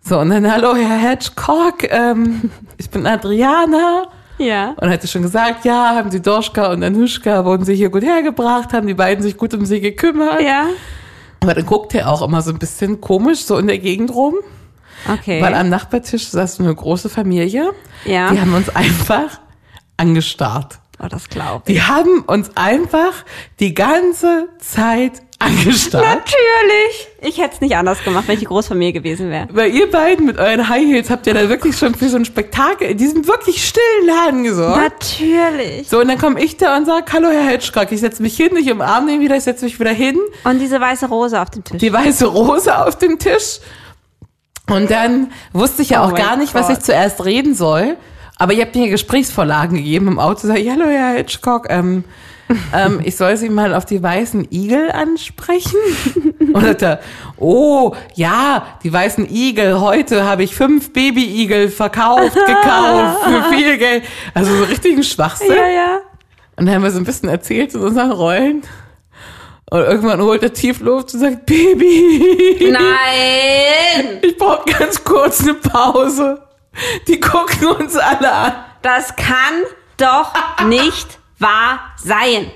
So, und dann, hallo, Herr Hedgecock, ähm, ich bin Adriana.
Ja.
Und hatte schon gesagt, ja, haben Sie Dorschka und Anushka, wurden Sie hier gut hergebracht, haben die beiden sich gut um Sie gekümmert.
Ja.
Aber dann guckte er auch immer so ein bisschen komisch so in der Gegend rum,
Okay.
weil am Nachbartisch saß so eine große Familie.
Ja.
Die haben uns einfach angestarrt.
Oh, das glaub ich.
Die haben uns einfach die ganze Zeit angestarrt.
Natürlich. Ich hätte es nicht anders gemacht, wenn ich die Großfamilie gewesen wäre.
Weil ihr beiden mit euren High Heels habt ja da wirklich schon für so ein Spektakel in diesem wirklich stillen Laden gesorgt.
Natürlich.
So, und dann komme ich da und sage, hallo Herr Hedgecock, ich setze mich hin, ich umarme ihn wieder, ich setze mich wieder hin,
Und diese weiße Rose auf dem Tisch.
die weiße Rose auf dem Tisch. Und dann wusste ich ja
Oh
auch
mein
gar nicht, was
Gott.
ich zuerst reden soll. Aber ihr habt mir Gesprächsvorlagen gegeben im Auto. Sag ich, hallo Herr Hitchcock, ähm, ähm, ich soll Sie mal auf die weißen Igel ansprechen. Und sagt er, oh ja, die weißen Igel, heute habe ich fünf Babyigel verkauft, gekauft für viel Geld. Also so richtigen Schwachsinn.
ja, ja.
Und dann haben wir so ein bisschen erzählt in unseren Rollen. Und irgendwann holt er tief Luft und sagt, Baby,
Nein,
ich brauche ganz kurz eine Pause. Die gucken uns alle an.
das kann doch nicht wahr sein.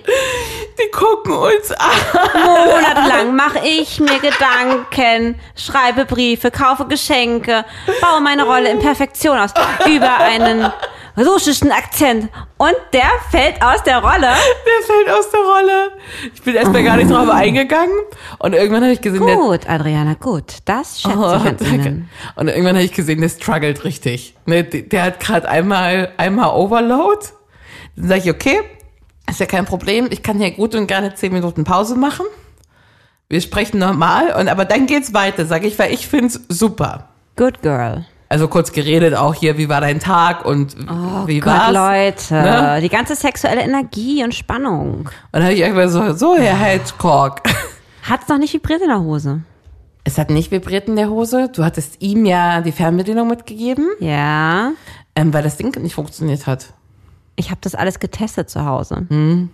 Die gucken uns an.
Monatelang mache ich mir Gedanken, schreibe Briefe, kaufe Geschenke, baue meine Rolle in Perfektion aus über einen russischen Akzent und der fällt aus der Rolle.
Der fällt aus der Rolle. Ich bin erstmal gar nicht drauf eingegangen. Und irgendwann habe ich gesehen, der,
Gut, Adriana, gut. Das schätze
Oh,
ich an
danke.
Ihnen.
Und irgendwann habe ich gesehen, der struggelt richtig. Ne, d- der hat gerade einmal, einmal Overload. Dann sage ich, okay, ist ja kein Problem. Ich kann hier gut und gerne zehn Minuten Pause machen. Wir sprechen nochmal. Und aber dann geht's weiter, sage ich, weil ich find's super.
Good girl.
Also kurz geredet auch hier, wie war dein Tag und wie
Oh Gott,
war's?
Leute,
Ne?
die ganze sexuelle Energie und Spannung.
Und dann habe ich irgendwann so, so Herr Hedgecock.
Hat's noch nicht vibriert in der Hose.
Es hat nicht vibriert in der Hose. Du hattest ihm ja die Fernbedienung mitgegeben,
Ja.
ähm, weil das Ding nicht funktioniert hat.
Ich habe das alles getestet zu Hause.
Hm.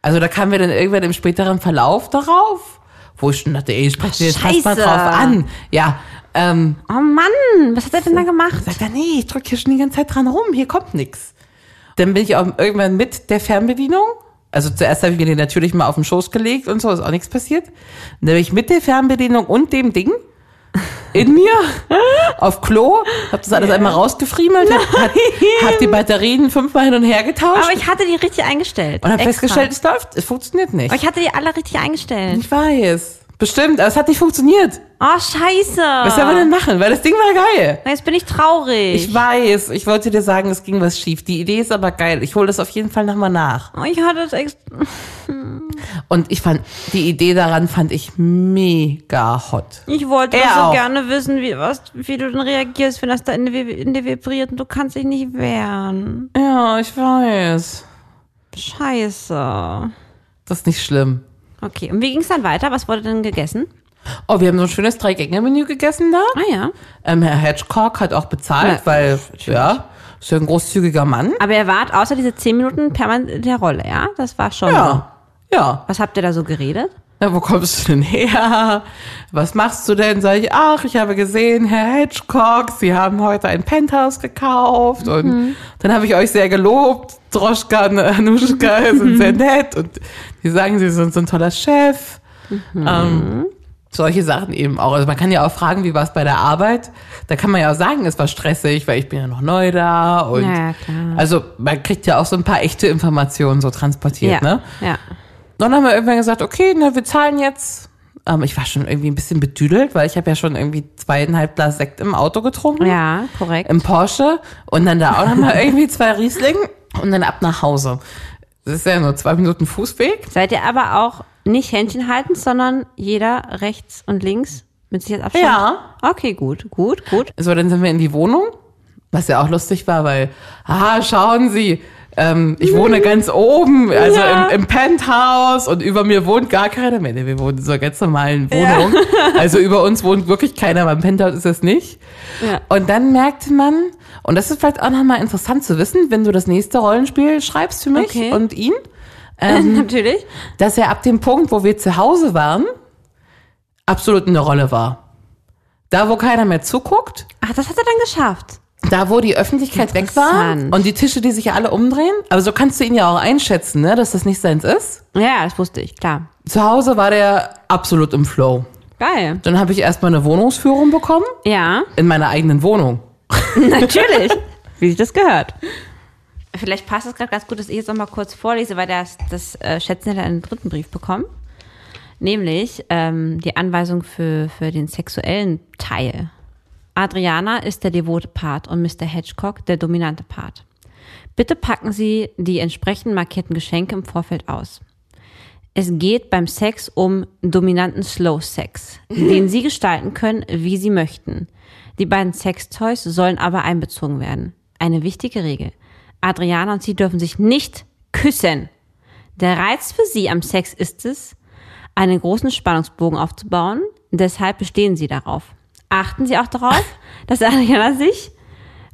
Also da kamen wir dann irgendwann im späteren Verlauf darauf, wo ich schon dachte, ey, ich spreche jetzt fast mal
Scheiße.
drauf an. Ja, ähm,
Oh Mann, was hat er denn da gemacht?
sagt er, nee, ich drücke hier schon die ganze Zeit dran rum, hier kommt nichts. Dann bin ich auch irgendwann mit der Fernbedienung, also zuerst habe ich mir den natürlich mal auf den Schoß gelegt und so, ist auch nichts passiert. Dann bin ich mit der Fernbedienung und dem Ding in mir auf Klo, habe das alles einmal rausgefriemelt, hab, hab, hab die Batterien fünfmal hin und her getauscht
Aber ich hatte die richtig eingestellt.
und habe
Extra.
festgestellt, es Hm. läuft, es funktioniert nicht.
Aber ich hatte die alle richtig eingestellt.
Ich weiß. Bestimmt, aber es hat nicht funktioniert.
Oh, scheiße.
Was soll man denn machen? Weil das Ding war geil.
Jetzt bin ich traurig.
Ah. Ich weiß, ich wollte dir sagen, es ging was schief. Die Idee ist aber geil. Ich hole das auf jeden Fall nochmal nach.
Oh, ich hatte das echt.
Und ich fand, die Idee daran fand ich mega hot.
Ich wollte
Er
doch so
auch.
gerne wissen, wie, was, wie du denn reagierst, wenn das da in dir, in dir vibriert und du kannst dich nicht wehren.
Ja, ich weiß.
Scheiße.
Das ist nicht schlimm.
Okay, und wie ging's dann weiter? Was wurde denn gegessen?
Oh, wir haben so ein schönes Drei-Gänge-Menü gegessen da.
Ah ja.
Ähm, Herr Hedgecock hat auch bezahlt,
Ja,
weil, ja, ist ja ein großzügiger Mann.
Aber ihr wart außer diese 10 Minuten permanent in der Rolle, ja? Das war schon. so.
Ja, ja.
Was habt ihr da so geredet?
Na, wo kommst du denn her? Was machst du denn? Sag ich, ach, ich habe gesehen, Herr Hedgecock, Sie haben heute ein Penthouse gekauft und
Mhm.
dann habe ich euch sehr gelobt. Droschka und Anuschka sind sehr nett und die sagen, Sie sind so ein toller Chef.
Mhm.
Ähm, solche Sachen eben auch. Also man kann ja auch fragen, wie war es bei der Arbeit? Da kann man ja auch sagen, es war stressig, weil ich bin ja noch neu da und
Ja, klar.
also man kriegt ja auch so ein paar echte Informationen so
ja.
transportiert, ne?
ja.
Und dann haben wir irgendwann gesagt, okay, na, wir zahlen jetzt. Ähm, ich war schon irgendwie ein bisschen bedüdelt, weil ich habe ja schon irgendwie zweieinhalb Glas Sekt im Auto getrunken.
Ja, korrekt.
Im Porsche. Und dann da auch nochmal irgendwie zwei Riesling und dann ab nach Hause. Das ist ja nur zwei Minuten Fußweg.
Seid ihr aber auch nicht Händchen haltend, sondern jeder rechts und links mit sich jetzt Abstand?
Ja.
Okay, gut, gut, gut.
So, dann sind wir in die Wohnung. Was ja auch lustig war, weil, ah, schauen Sie, ähm, ich wohne ganz oben, also
Mhm. Ja.
im, im Penthouse und über mir wohnt gar keiner mehr. Nee, Wir wohnen in so einer ganz normalen Wohnung. Also über uns wohnt wirklich keiner, beim Penthouse ist das nicht.
Ja.
Und dann merkte man, und das ist vielleicht auch nochmal interessant zu wissen, wenn du das nächste Rollenspiel schreibst für mich
Okay.
und ihn,
Ähm. Natürlich.
dass er ab dem Punkt, wo wir zu Hause waren, absolut in der Rolle war. Da, wo keiner mehr zuguckt,
Ach, das hat er dann geschafft.
da, wo die Öffentlichkeit weg war
Interessant.
und die Tische, die sich ja alle umdrehen. Aber so kannst du ihn ja auch einschätzen, ne, dass das nicht seins ist.
Ja, das wusste ich, klar.
Zu Hause war der absolut im Flow.
Geil.
Dann habe ich erstmal eine Wohnungsführung bekommen
Ja,
in meiner eigenen Wohnung.
natürlich. Wie sich das gehört. Vielleicht passt es gerade ganz gut, dass ich jetzt nochmal kurz vorlese, weil das, das äh, Schätzen hat einen dritten Brief bekommen. Nämlich ähm, die Anweisung für, für den sexuellen Teil. Adriana ist der devote Part und Mr. Hedgecock der dominante Part. Bitte packen Sie die entsprechend markierten Geschenke im Vorfeld aus. Es geht beim Sex um dominanten Slow Sex, den Sie gestalten können, wie Sie möchten. Die beiden Sextoys sollen aber einbezogen werden. Eine wichtige Regel. Adriana und sie dürfen sich nicht küssen. Der Reiz für sie am Sex ist es, einen großen Spannungsbogen aufzubauen. Deshalb bestehen sie darauf. Achten Sie auch darauf, dass Adriana sich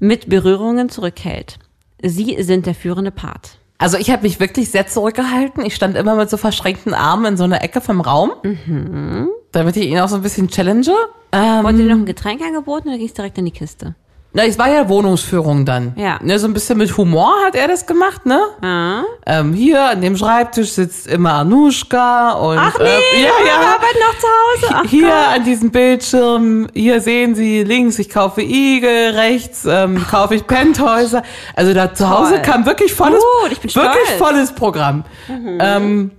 mit Berührungen zurückhält. Sie sind der führende Part.
Also ich habe mich wirklich sehr zurückgehalten. Ich stand immer mit so verschränkten Armen in so einer Ecke vom Raum,
Mhm.
damit ich ihn auch so ein bisschen challenge. Ähm,
Wollt ihr noch ein Getränk angeboten oder ging es direkt in die Kiste?
Na, es war ja Wohnungsführung dann.
Ja.
Ne, so ein bisschen mit Humor hat er das gemacht, ne?
Ja.
Ähm, hier an dem Schreibtisch sitzt immer Anuschka und
Ach nee,
äh, ja,
wir
ja.
arbeiten noch zu Hause. Ach
hier an diesem Bildschirm, hier sehen Sie links, ich kaufe Igel, rechts ähm, kaufe ich Penthäuser. Also da zu Hause
toll.
kam wirklich volles,
Gut, ich bin
wirklich
stolz.
volles Programm. Ähm,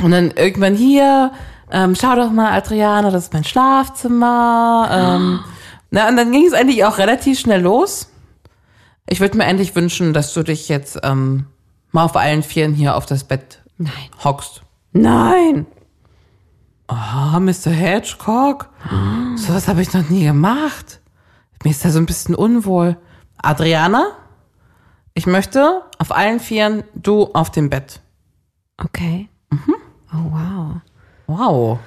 und dann irgendwann hier, ähm, schau doch mal, Adriana, das ist mein Schlafzimmer. Ähm, na, und dann ging es eigentlich auch relativ schnell los. Ich würde mir endlich wünschen, dass du dich jetzt ähm, mal auf allen Vieren hier auf das Bett hockst.
Nein.
Ah, Mr. Hedgecock.
Ah.
Sowas habe ich noch nie gemacht. Mir ist da so ein bisschen unwohl. Adriana, ich möchte auf allen Vieren du auf dem Bett.
Okay. Oh, wow.
Wow.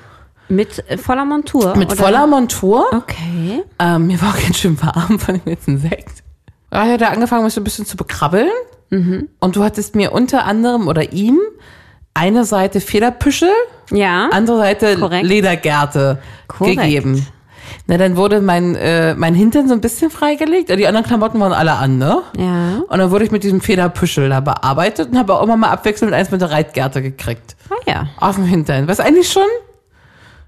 Mit äh, voller Montur.
Mit
oder?
voller Montur.
Okay.
Ähm, mir war auch ganz schön warm von dem letzten Sekt. Ja, ich hatte angefangen, mich so ein bisschen zu bekrabbeln.
Mhm.
Und du hattest mir unter anderem oder ihm eine Seite Federpüschel,
Ja.
andere Seite
Ah, Korrekt.
Ledergerte
Korrekt.
gegeben. Na, dann wurde mein, äh, mein Hintern so ein bisschen freigelegt. Die anderen Klamotten waren alle an, ne?
Ja.
Und dann wurde ich mit diesem Federpüschel da bearbeitet und habe auch immer mal abwechselnd eins mit der Reitgerte gekriegt.
Ah ja.
Auf dem Hintern. Was eigentlich schon,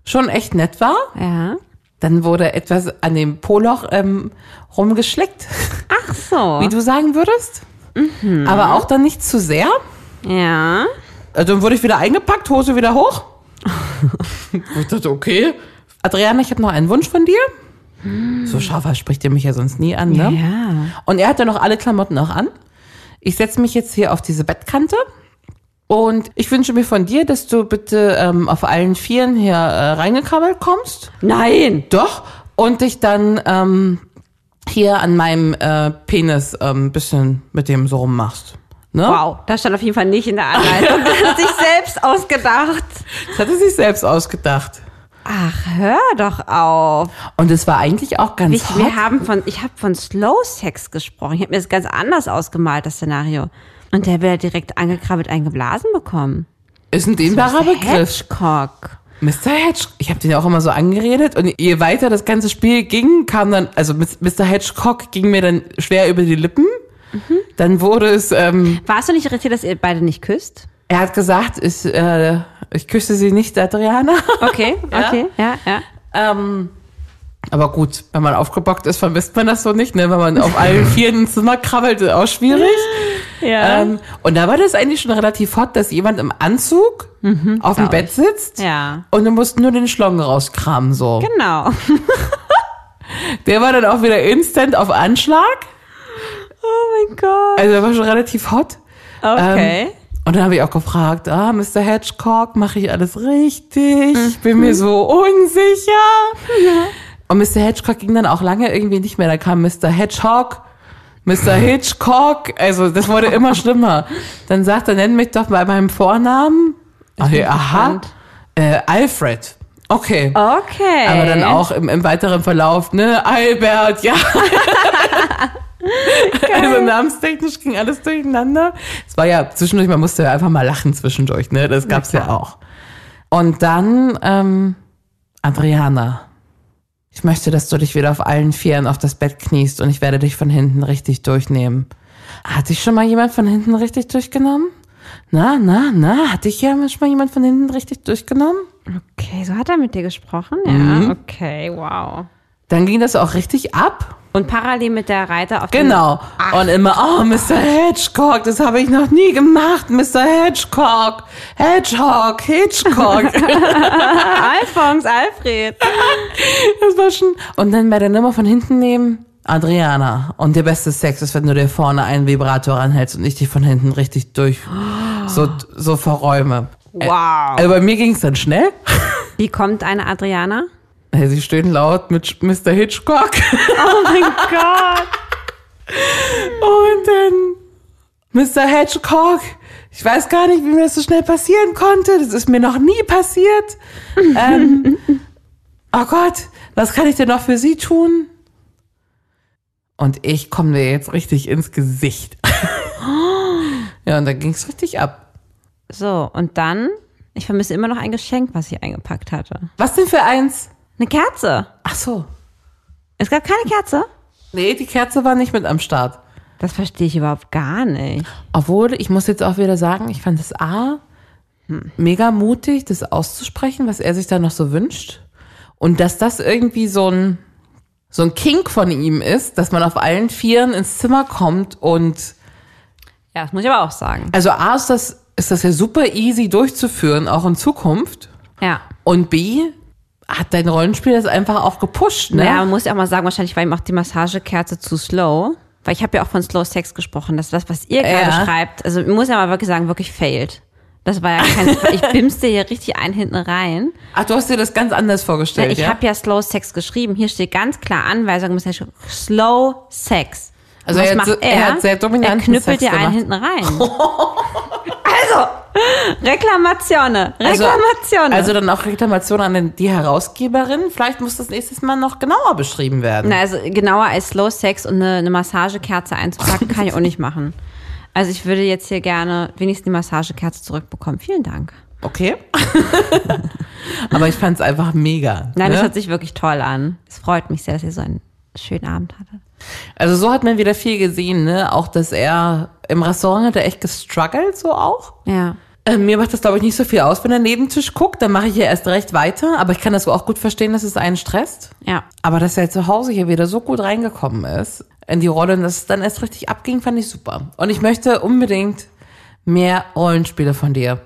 schon echt nett war.
Ja.
Dann wurde etwas an dem Poloch ähm, rumgeschleckt,
Ach so. Mhm.
wie du sagen würdest. Aber auch dann nicht zu sehr.
Ja.
Also dann wurde ich wieder eingepackt, Hose wieder hoch. ich dachte, okay. Adriana, ich habe noch einen Wunsch von dir. So scharf spricht ihr mich ja sonst nie an, ne?
Mhm. Ja.
Und er hatte noch alle Klamotten auch an. Ich setze mich jetzt hier auf diese Bettkante. Und ich wünsche mir von dir, dass du bitte ähm, auf allen Vieren hier äh, reingekrabbelt kommst.
Nein.
Doch. Und dich dann ähm, hier an meinem äh, Penis ein ähm, bisschen mit dem so rummachst. Ne?
Wow, das stand auf jeden Fall nicht in der Anleitung. Das hat sich selbst ausgedacht.
Das hat er sich selbst ausgedacht.
Ach, hör doch auf.
Und es war eigentlich auch ganz
Ich, wir haben von, ich habe von Slow Sex gesprochen. Ich habe mir das ganz anders ausgemalt, das Szenario. Und der wird ja direkt angekrabbelt, eingeblasen bekommen.
Ist ein dehnbarer Begriff.
Hitchcock.
Mr. Hedge. Ich habe den ja auch immer so angeredet. Und je weiter das ganze Spiel ging, kam dann, also Mr. Hedgecock ging mir dann schwer über die Lippen. Dann wurde es, ähm,
Warst du nicht irritiert, dass ihr beide nicht küsst?
er hat gesagt, ich, äh, ich küsse sie nicht, Adriana.
Okay, okay, ja, ja.
Ähm, aber gut, wenn man aufgebockt ist, vermisst man das so nicht, ne? Wenn man auf allen vier im Zimmer krabbelt, ist auch schwierig.
Ja.
Ähm, und da war das eigentlich schon relativ hot, dass jemand im Anzug auf dem Bett sitzt
Mhm. Ja.
und du musst nur den Schlong rauskramen, so.
Genau.
Der war dann auch wieder instant auf Anschlag.
Oh mein Gott.
Also der war schon relativ hot.
Okay.
Ähm, und dann habe ich auch gefragt, ah, Mr. Hedgecock, mache ich alles richtig?
Mhm.
Ich bin mir so unsicher. Und Mr. Hedgecock ging dann auch lange irgendwie nicht mehr. Da kam Mr. Hedgehog, Mr. Hitchcock. Also das wurde immer schlimmer. Dann sagt er, nenn mich doch bei meinem Vornamen. Okay, aha. Äh, Alfred. Okay.
Okay.
Aber dann auch im, im weiteren Verlauf, ne, Albert, ja. also namenstechnisch ging alles durcheinander. Es war ja zwischendurch, man musste ja einfach mal lachen zwischendurch, ne? Das gab's ja auch. Und dann, ähm, Adriana, ich möchte, dass du dich wieder auf allen Vieren auf das Bett kniest und ich werde dich von hinten richtig durchnehmen. Hat dich schon mal jemand von hinten richtig durchgenommen? Na, na, na, hat dich ja schon mal jemand von hinten richtig durchgenommen?
Okay, so hat er mit dir gesprochen? Ja, okay, wow.
Dann ging das auch richtig ab.
Und parallel mit der Reiter auf dem-
Genau. und immer, oh, Mr. Hedgecock, das habe ich noch nie gemacht, Mr. Hedgecock. Hedgehog, Hitchcock.
Alfons, Alfred.
das war schon. Und dann bei der Nummer von hinten nehmen, Adriana. Und der beste Sex ist, wenn du dir vorne einen Vibrator anhältst und ich dich von hinten richtig durch so, so verräume.
Wow.
Also bei mir ging es dann schnell.
Wie kommt eine Adriana?
Sie stöhnen laut mit Mr. Hitchcock.
Gott.
Und dann, Mr. Hedgecock, ich weiß gar nicht, wie mir das so schnell passieren konnte. Das ist mir noch nie passiert. Ähm, oh Gott, was kann ich denn noch für Sie tun? Und ich komme dir jetzt richtig ins Gesicht. ja, und dann ging es richtig ab.
So, und dann, ich vermisse immer noch ein Geschenk, was ich eingepackt hatte.
Was denn für eins?
Eine Kerze.
Ach so.
Es gab keine Kerze.
Nee, die Kerze war nicht mit am Start.
Das verstehe ich überhaupt gar nicht.
Obwohl, ich muss jetzt auch wieder sagen, ich fand es A, mega mutig, das auszusprechen, was er sich da noch so wünscht. Und dass das irgendwie so ein, so ein Kink von ihm ist, dass man auf allen Vieren ins Zimmer kommt und,
Ja, das muss ich aber auch sagen.
also A, ist das, ist das ja super easy durchzuführen, auch in Zukunft.
Ja.
Und B, hat dein Rollenspiel das einfach auch gepusht, ne?
Naja, man muss ja auch mal sagen, wahrscheinlich war ihm auch die Massagekerze zu slow. Weil ich habe ja auch von Slow Sex gesprochen. Das ist das, was ihr gerade
Ja.
schreibt. Also ich muss ja mal wirklich sagen, wirklich failed. Das war ja kein... ich bimste hier richtig ein hinten rein. Ne,
Ach, du hast dir das ganz anders vorgestellt,
ich
ja?
habe ja Slow Sex geschrieben. Hier steht ganz klar Anweisung. muss ja schon- Slow Sex.
Also
Was
er hat
macht
so-
er?
er hat sehr dominanten
Er knüppelt
Sex
dir einen
gemacht.
hinten rein. also, Reklamatione. Reklamatione.
Also dann auch Reklamation an den, die Herausgeberin. Vielleicht muss das nächstes Mal noch genauer beschrieben werden.
Na, also genauer als Slow Sex und eine, eine Massagekerze einzupacken, kann ich auch nicht machen. Also ich würde jetzt hier gerne wenigstens die Massagekerze zurückbekommen. Vielen Dank.
Okay. Aber ich fand es einfach mega.
Nein, das
ne?
hört sich wirklich toll an. Es freut mich sehr, dass ihr so einen schönen Abend hattet.
also so hat man wieder viel gesehen, ne? Auch dass er im Restaurant hat er echt gestruggelt, so auch.
Ja.
Äh, mir macht das, glaube ich, nicht so viel aus, wenn der Nebentisch guckt, dann mache ich ja erst recht weiter. Aber ich kann das so auch gut verstehen, dass es einen stresst.
Ja.
Aber dass er zu Hause hier wieder so gut reingekommen ist in die Rolle und dass es dann erst richtig abging, fand ich super. Und ich möchte unbedingt mehr Rollenspiele von dir.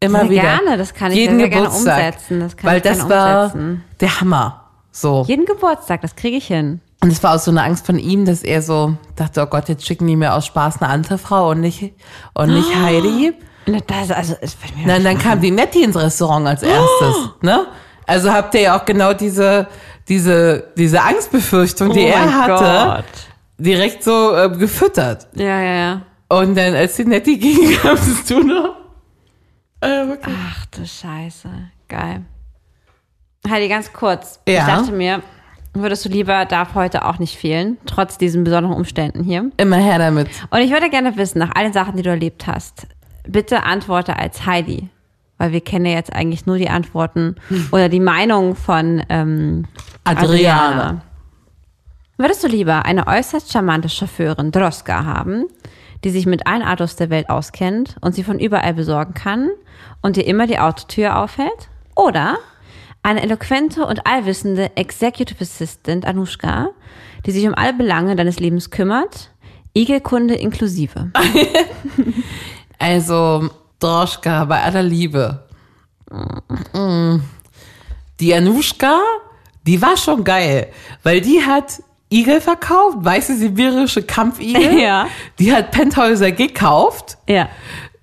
Immer
Sehr
wieder.
gerne, das kann ich
Jeden
sehr, sehr gerne
Geburtstag,
umsetzen, das kann
weil
ich
das
gerne
war
umsetzen.
der Hammer. So.
Jeden Geburtstag, das kriege ich hin.
Und es war auch so eine Angst von ihm, dass er so dachte, oh Gott, jetzt schicken die mir aus Spaß eine andere Frau und nicht, und nicht
Ah.
Heidi.
Na, Das, also, das wird mir
Nein, dann kam die Nettie ins Restaurant als erstes, ne? Also habt ihr ja auch genau diese, diese, diese Angstbefürchtung, die
Oh
er
mein
hatte,
Gott.
direkt so äh, gefüttert.
Ja, ja, ja.
Und dann, als die Nettie ging, kamst du noch. Äh, wirklich.
Ach du Scheiße. Geil. Heidi, ganz kurz. Ich
Ja.
dachte mir, würdest du lieber, darf heute auch nicht fehlen, trotz diesen besonderen Umständen hier.
Immer her damit.
Und ich würde gerne wissen, nach allen Sachen, die du erlebt hast, bitte antworte als Heidi. Weil wir kennen ja jetzt eigentlich nur die Antworten oder die Meinung von ähm,
Adriana.
Würdest du lieber eine äußerst charmante Chauffeurin Droska haben, die sich mit allen Autos der Welt auskennt und sie von überall besorgen kann und dir immer die Autotür aufhält? Oder eine eloquente und allwissende Executive Assistant Anushka, die sich um alle Belange deines Lebens kümmert, Igelkunde inklusive.
Also, Droschka, bei aller Liebe. Mm. Die Anushka, die war schon geil, weil die hat Igel verkauft, weiße sibirische Kampfigel.
Ja.
Die hat Penthäuser gekauft.
Ja.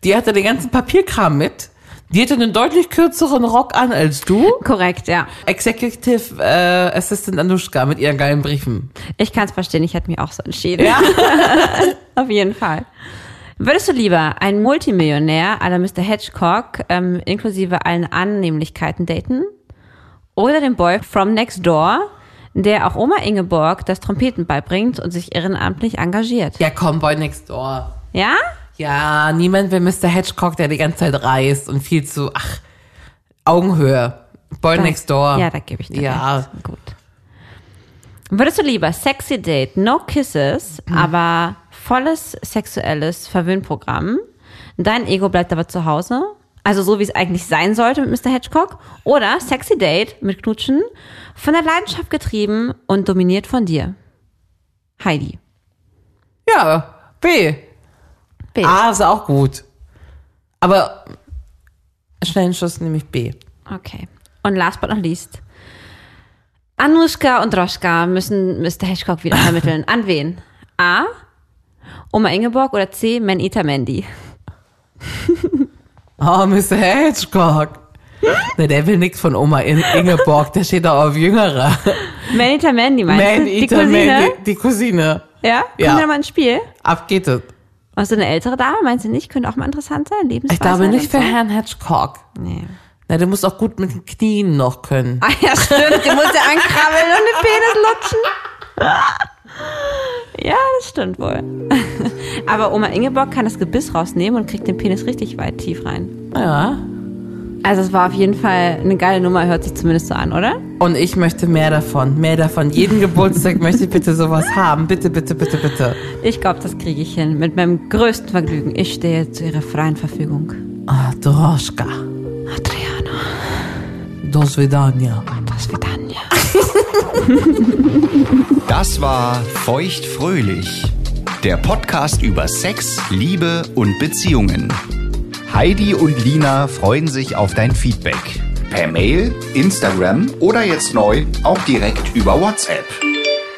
Die hatte den ganzen Papierkram mit. Die hatte einen deutlich kürzeren Rock an als du.
Korrekt, ja.
Executive äh, Assistant Anushka mit ihren geilen Briefen.
Ich kann es verstehen, ich hätte mich auch so entschieden. Auf jeden Fall. Würdest du lieber einen Multimillionär à la Mr. Hedgecock ähm, inklusive allen Annehmlichkeiten daten? Oder den Boy from Next Door, der auch Oma Ingeborg das Trompeten beibringt und sich ehrenamtlich engagiert?
Ja, komm, Boy Next Door.
Ja?
Ja, niemand will Mr. Hedgecock, der die ganze Zeit reist und viel zu, ach, Augenhöhe. Boy Next Door.
Ja, da gebe ich dir
Ja.
recht. Gut. Würdest du lieber sexy date, no kisses,
Mhm.
aber volles sexuelles Verwöhnprogramm? Dein Ego bleibt aber zu Hause, also so wie es eigentlich sein sollte mit Mr. Hedgecock, oder sexy date mit Knutschen, von der Leidenschaft getrieben und dominiert von dir? Heidi.
Ja, B.
B.
A ist auch gut. Aber schnellen Schuss nehme ich B.
Okay. Und last but not least. Anushka und Droschka müssen Mr. Hitchcock wieder vermitteln. An wen? A. Oma Ingeborg oder C. Manita Mandy.
Oh, Mr. Hedgecock. Na, der will nix von Oma in Ingeborg, der steht da auf Jüngerer.
Manita Mandy meinst du? Die
Eater,
Cousine?
die, die Cousine.
Ja? Kommt
Ja.
da mal ins Spiel?
Ab geht es.
Und so eine ältere Dame, meinst du nicht? Könnte auch mal interessant sein?
Ich
Lebensweisheit
glaube
und
nicht für
so.
Herrn Hedgecock.
Nee.
Na, der muss auch gut mit den Knien noch können.
Ah ja, stimmt. Die muss ja ankrabbeln und den Penis lutschen. Ja, das stimmt wohl. Aber Oma Ingeborg kann das Gebiss rausnehmen und kriegt den Penis richtig weit tief rein.
Ja.
Also es war auf jeden Fall eine geile Nummer, hört sich zumindest so an, oder?
Und ich möchte mehr davon, mehr davon. Jeden Geburtstag möchte ich bitte sowas haben. Bitte, bitte, bitte, bitte.
Ich glaube, das kriege ich hin. Mit meinem größten Vergnügen. Ich stehe zu Ihrer freien Verfügung.
Ah, Droschka.
Adriana,
Do svidania.
das wird dann ja.
Das war Feuchtfröhlich, der Podcast über Sex, Liebe und Beziehungen. Heidi und Lina freuen sich auf dein Feedback. Per Mail, Instagram oder jetzt neu auch direkt über WhatsApp.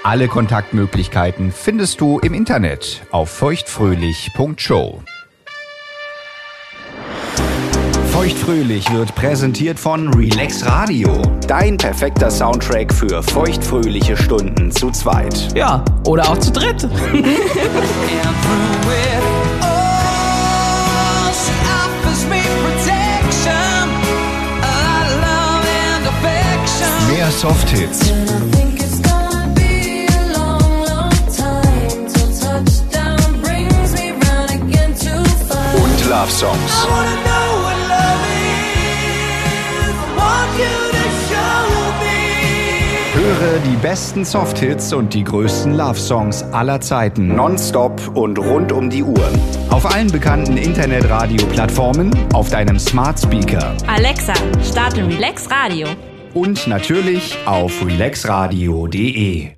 Alle Kontaktmöglichkeiten findest du im Internet auf feuchtfröhlich.show. Feuchtfröhlich wird präsentiert von Relax Radio. Dein perfekter Soundtrack für feuchtfröhliche Stunden zu zweit.
Ja, oder auch zu dritt.
Mehr Softhits. und Love Songs. Höre die besten Softhits und die größten Love Songs aller Zeiten nonstop und rund um die Uhr auf allen bekannten Internetradio-Plattformen, auf deinem Smart Speaker
Alexa, starte Relax Radio.
und natürlich auf relaxradio.de.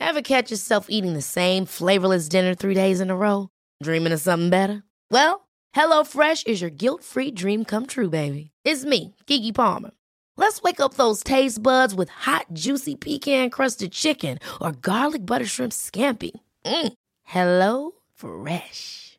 Ever catch yourself eating the same flavorless dinner three days in a row? Dreaming of something better? Well, HelloFresh is your guilt free dream come true, baby. It's me, Gigi Palmer. Let's wake up those taste buds with hot, juicy pecan crusted chicken or garlic butter shrimp scampi. Mm. Hello Fresh.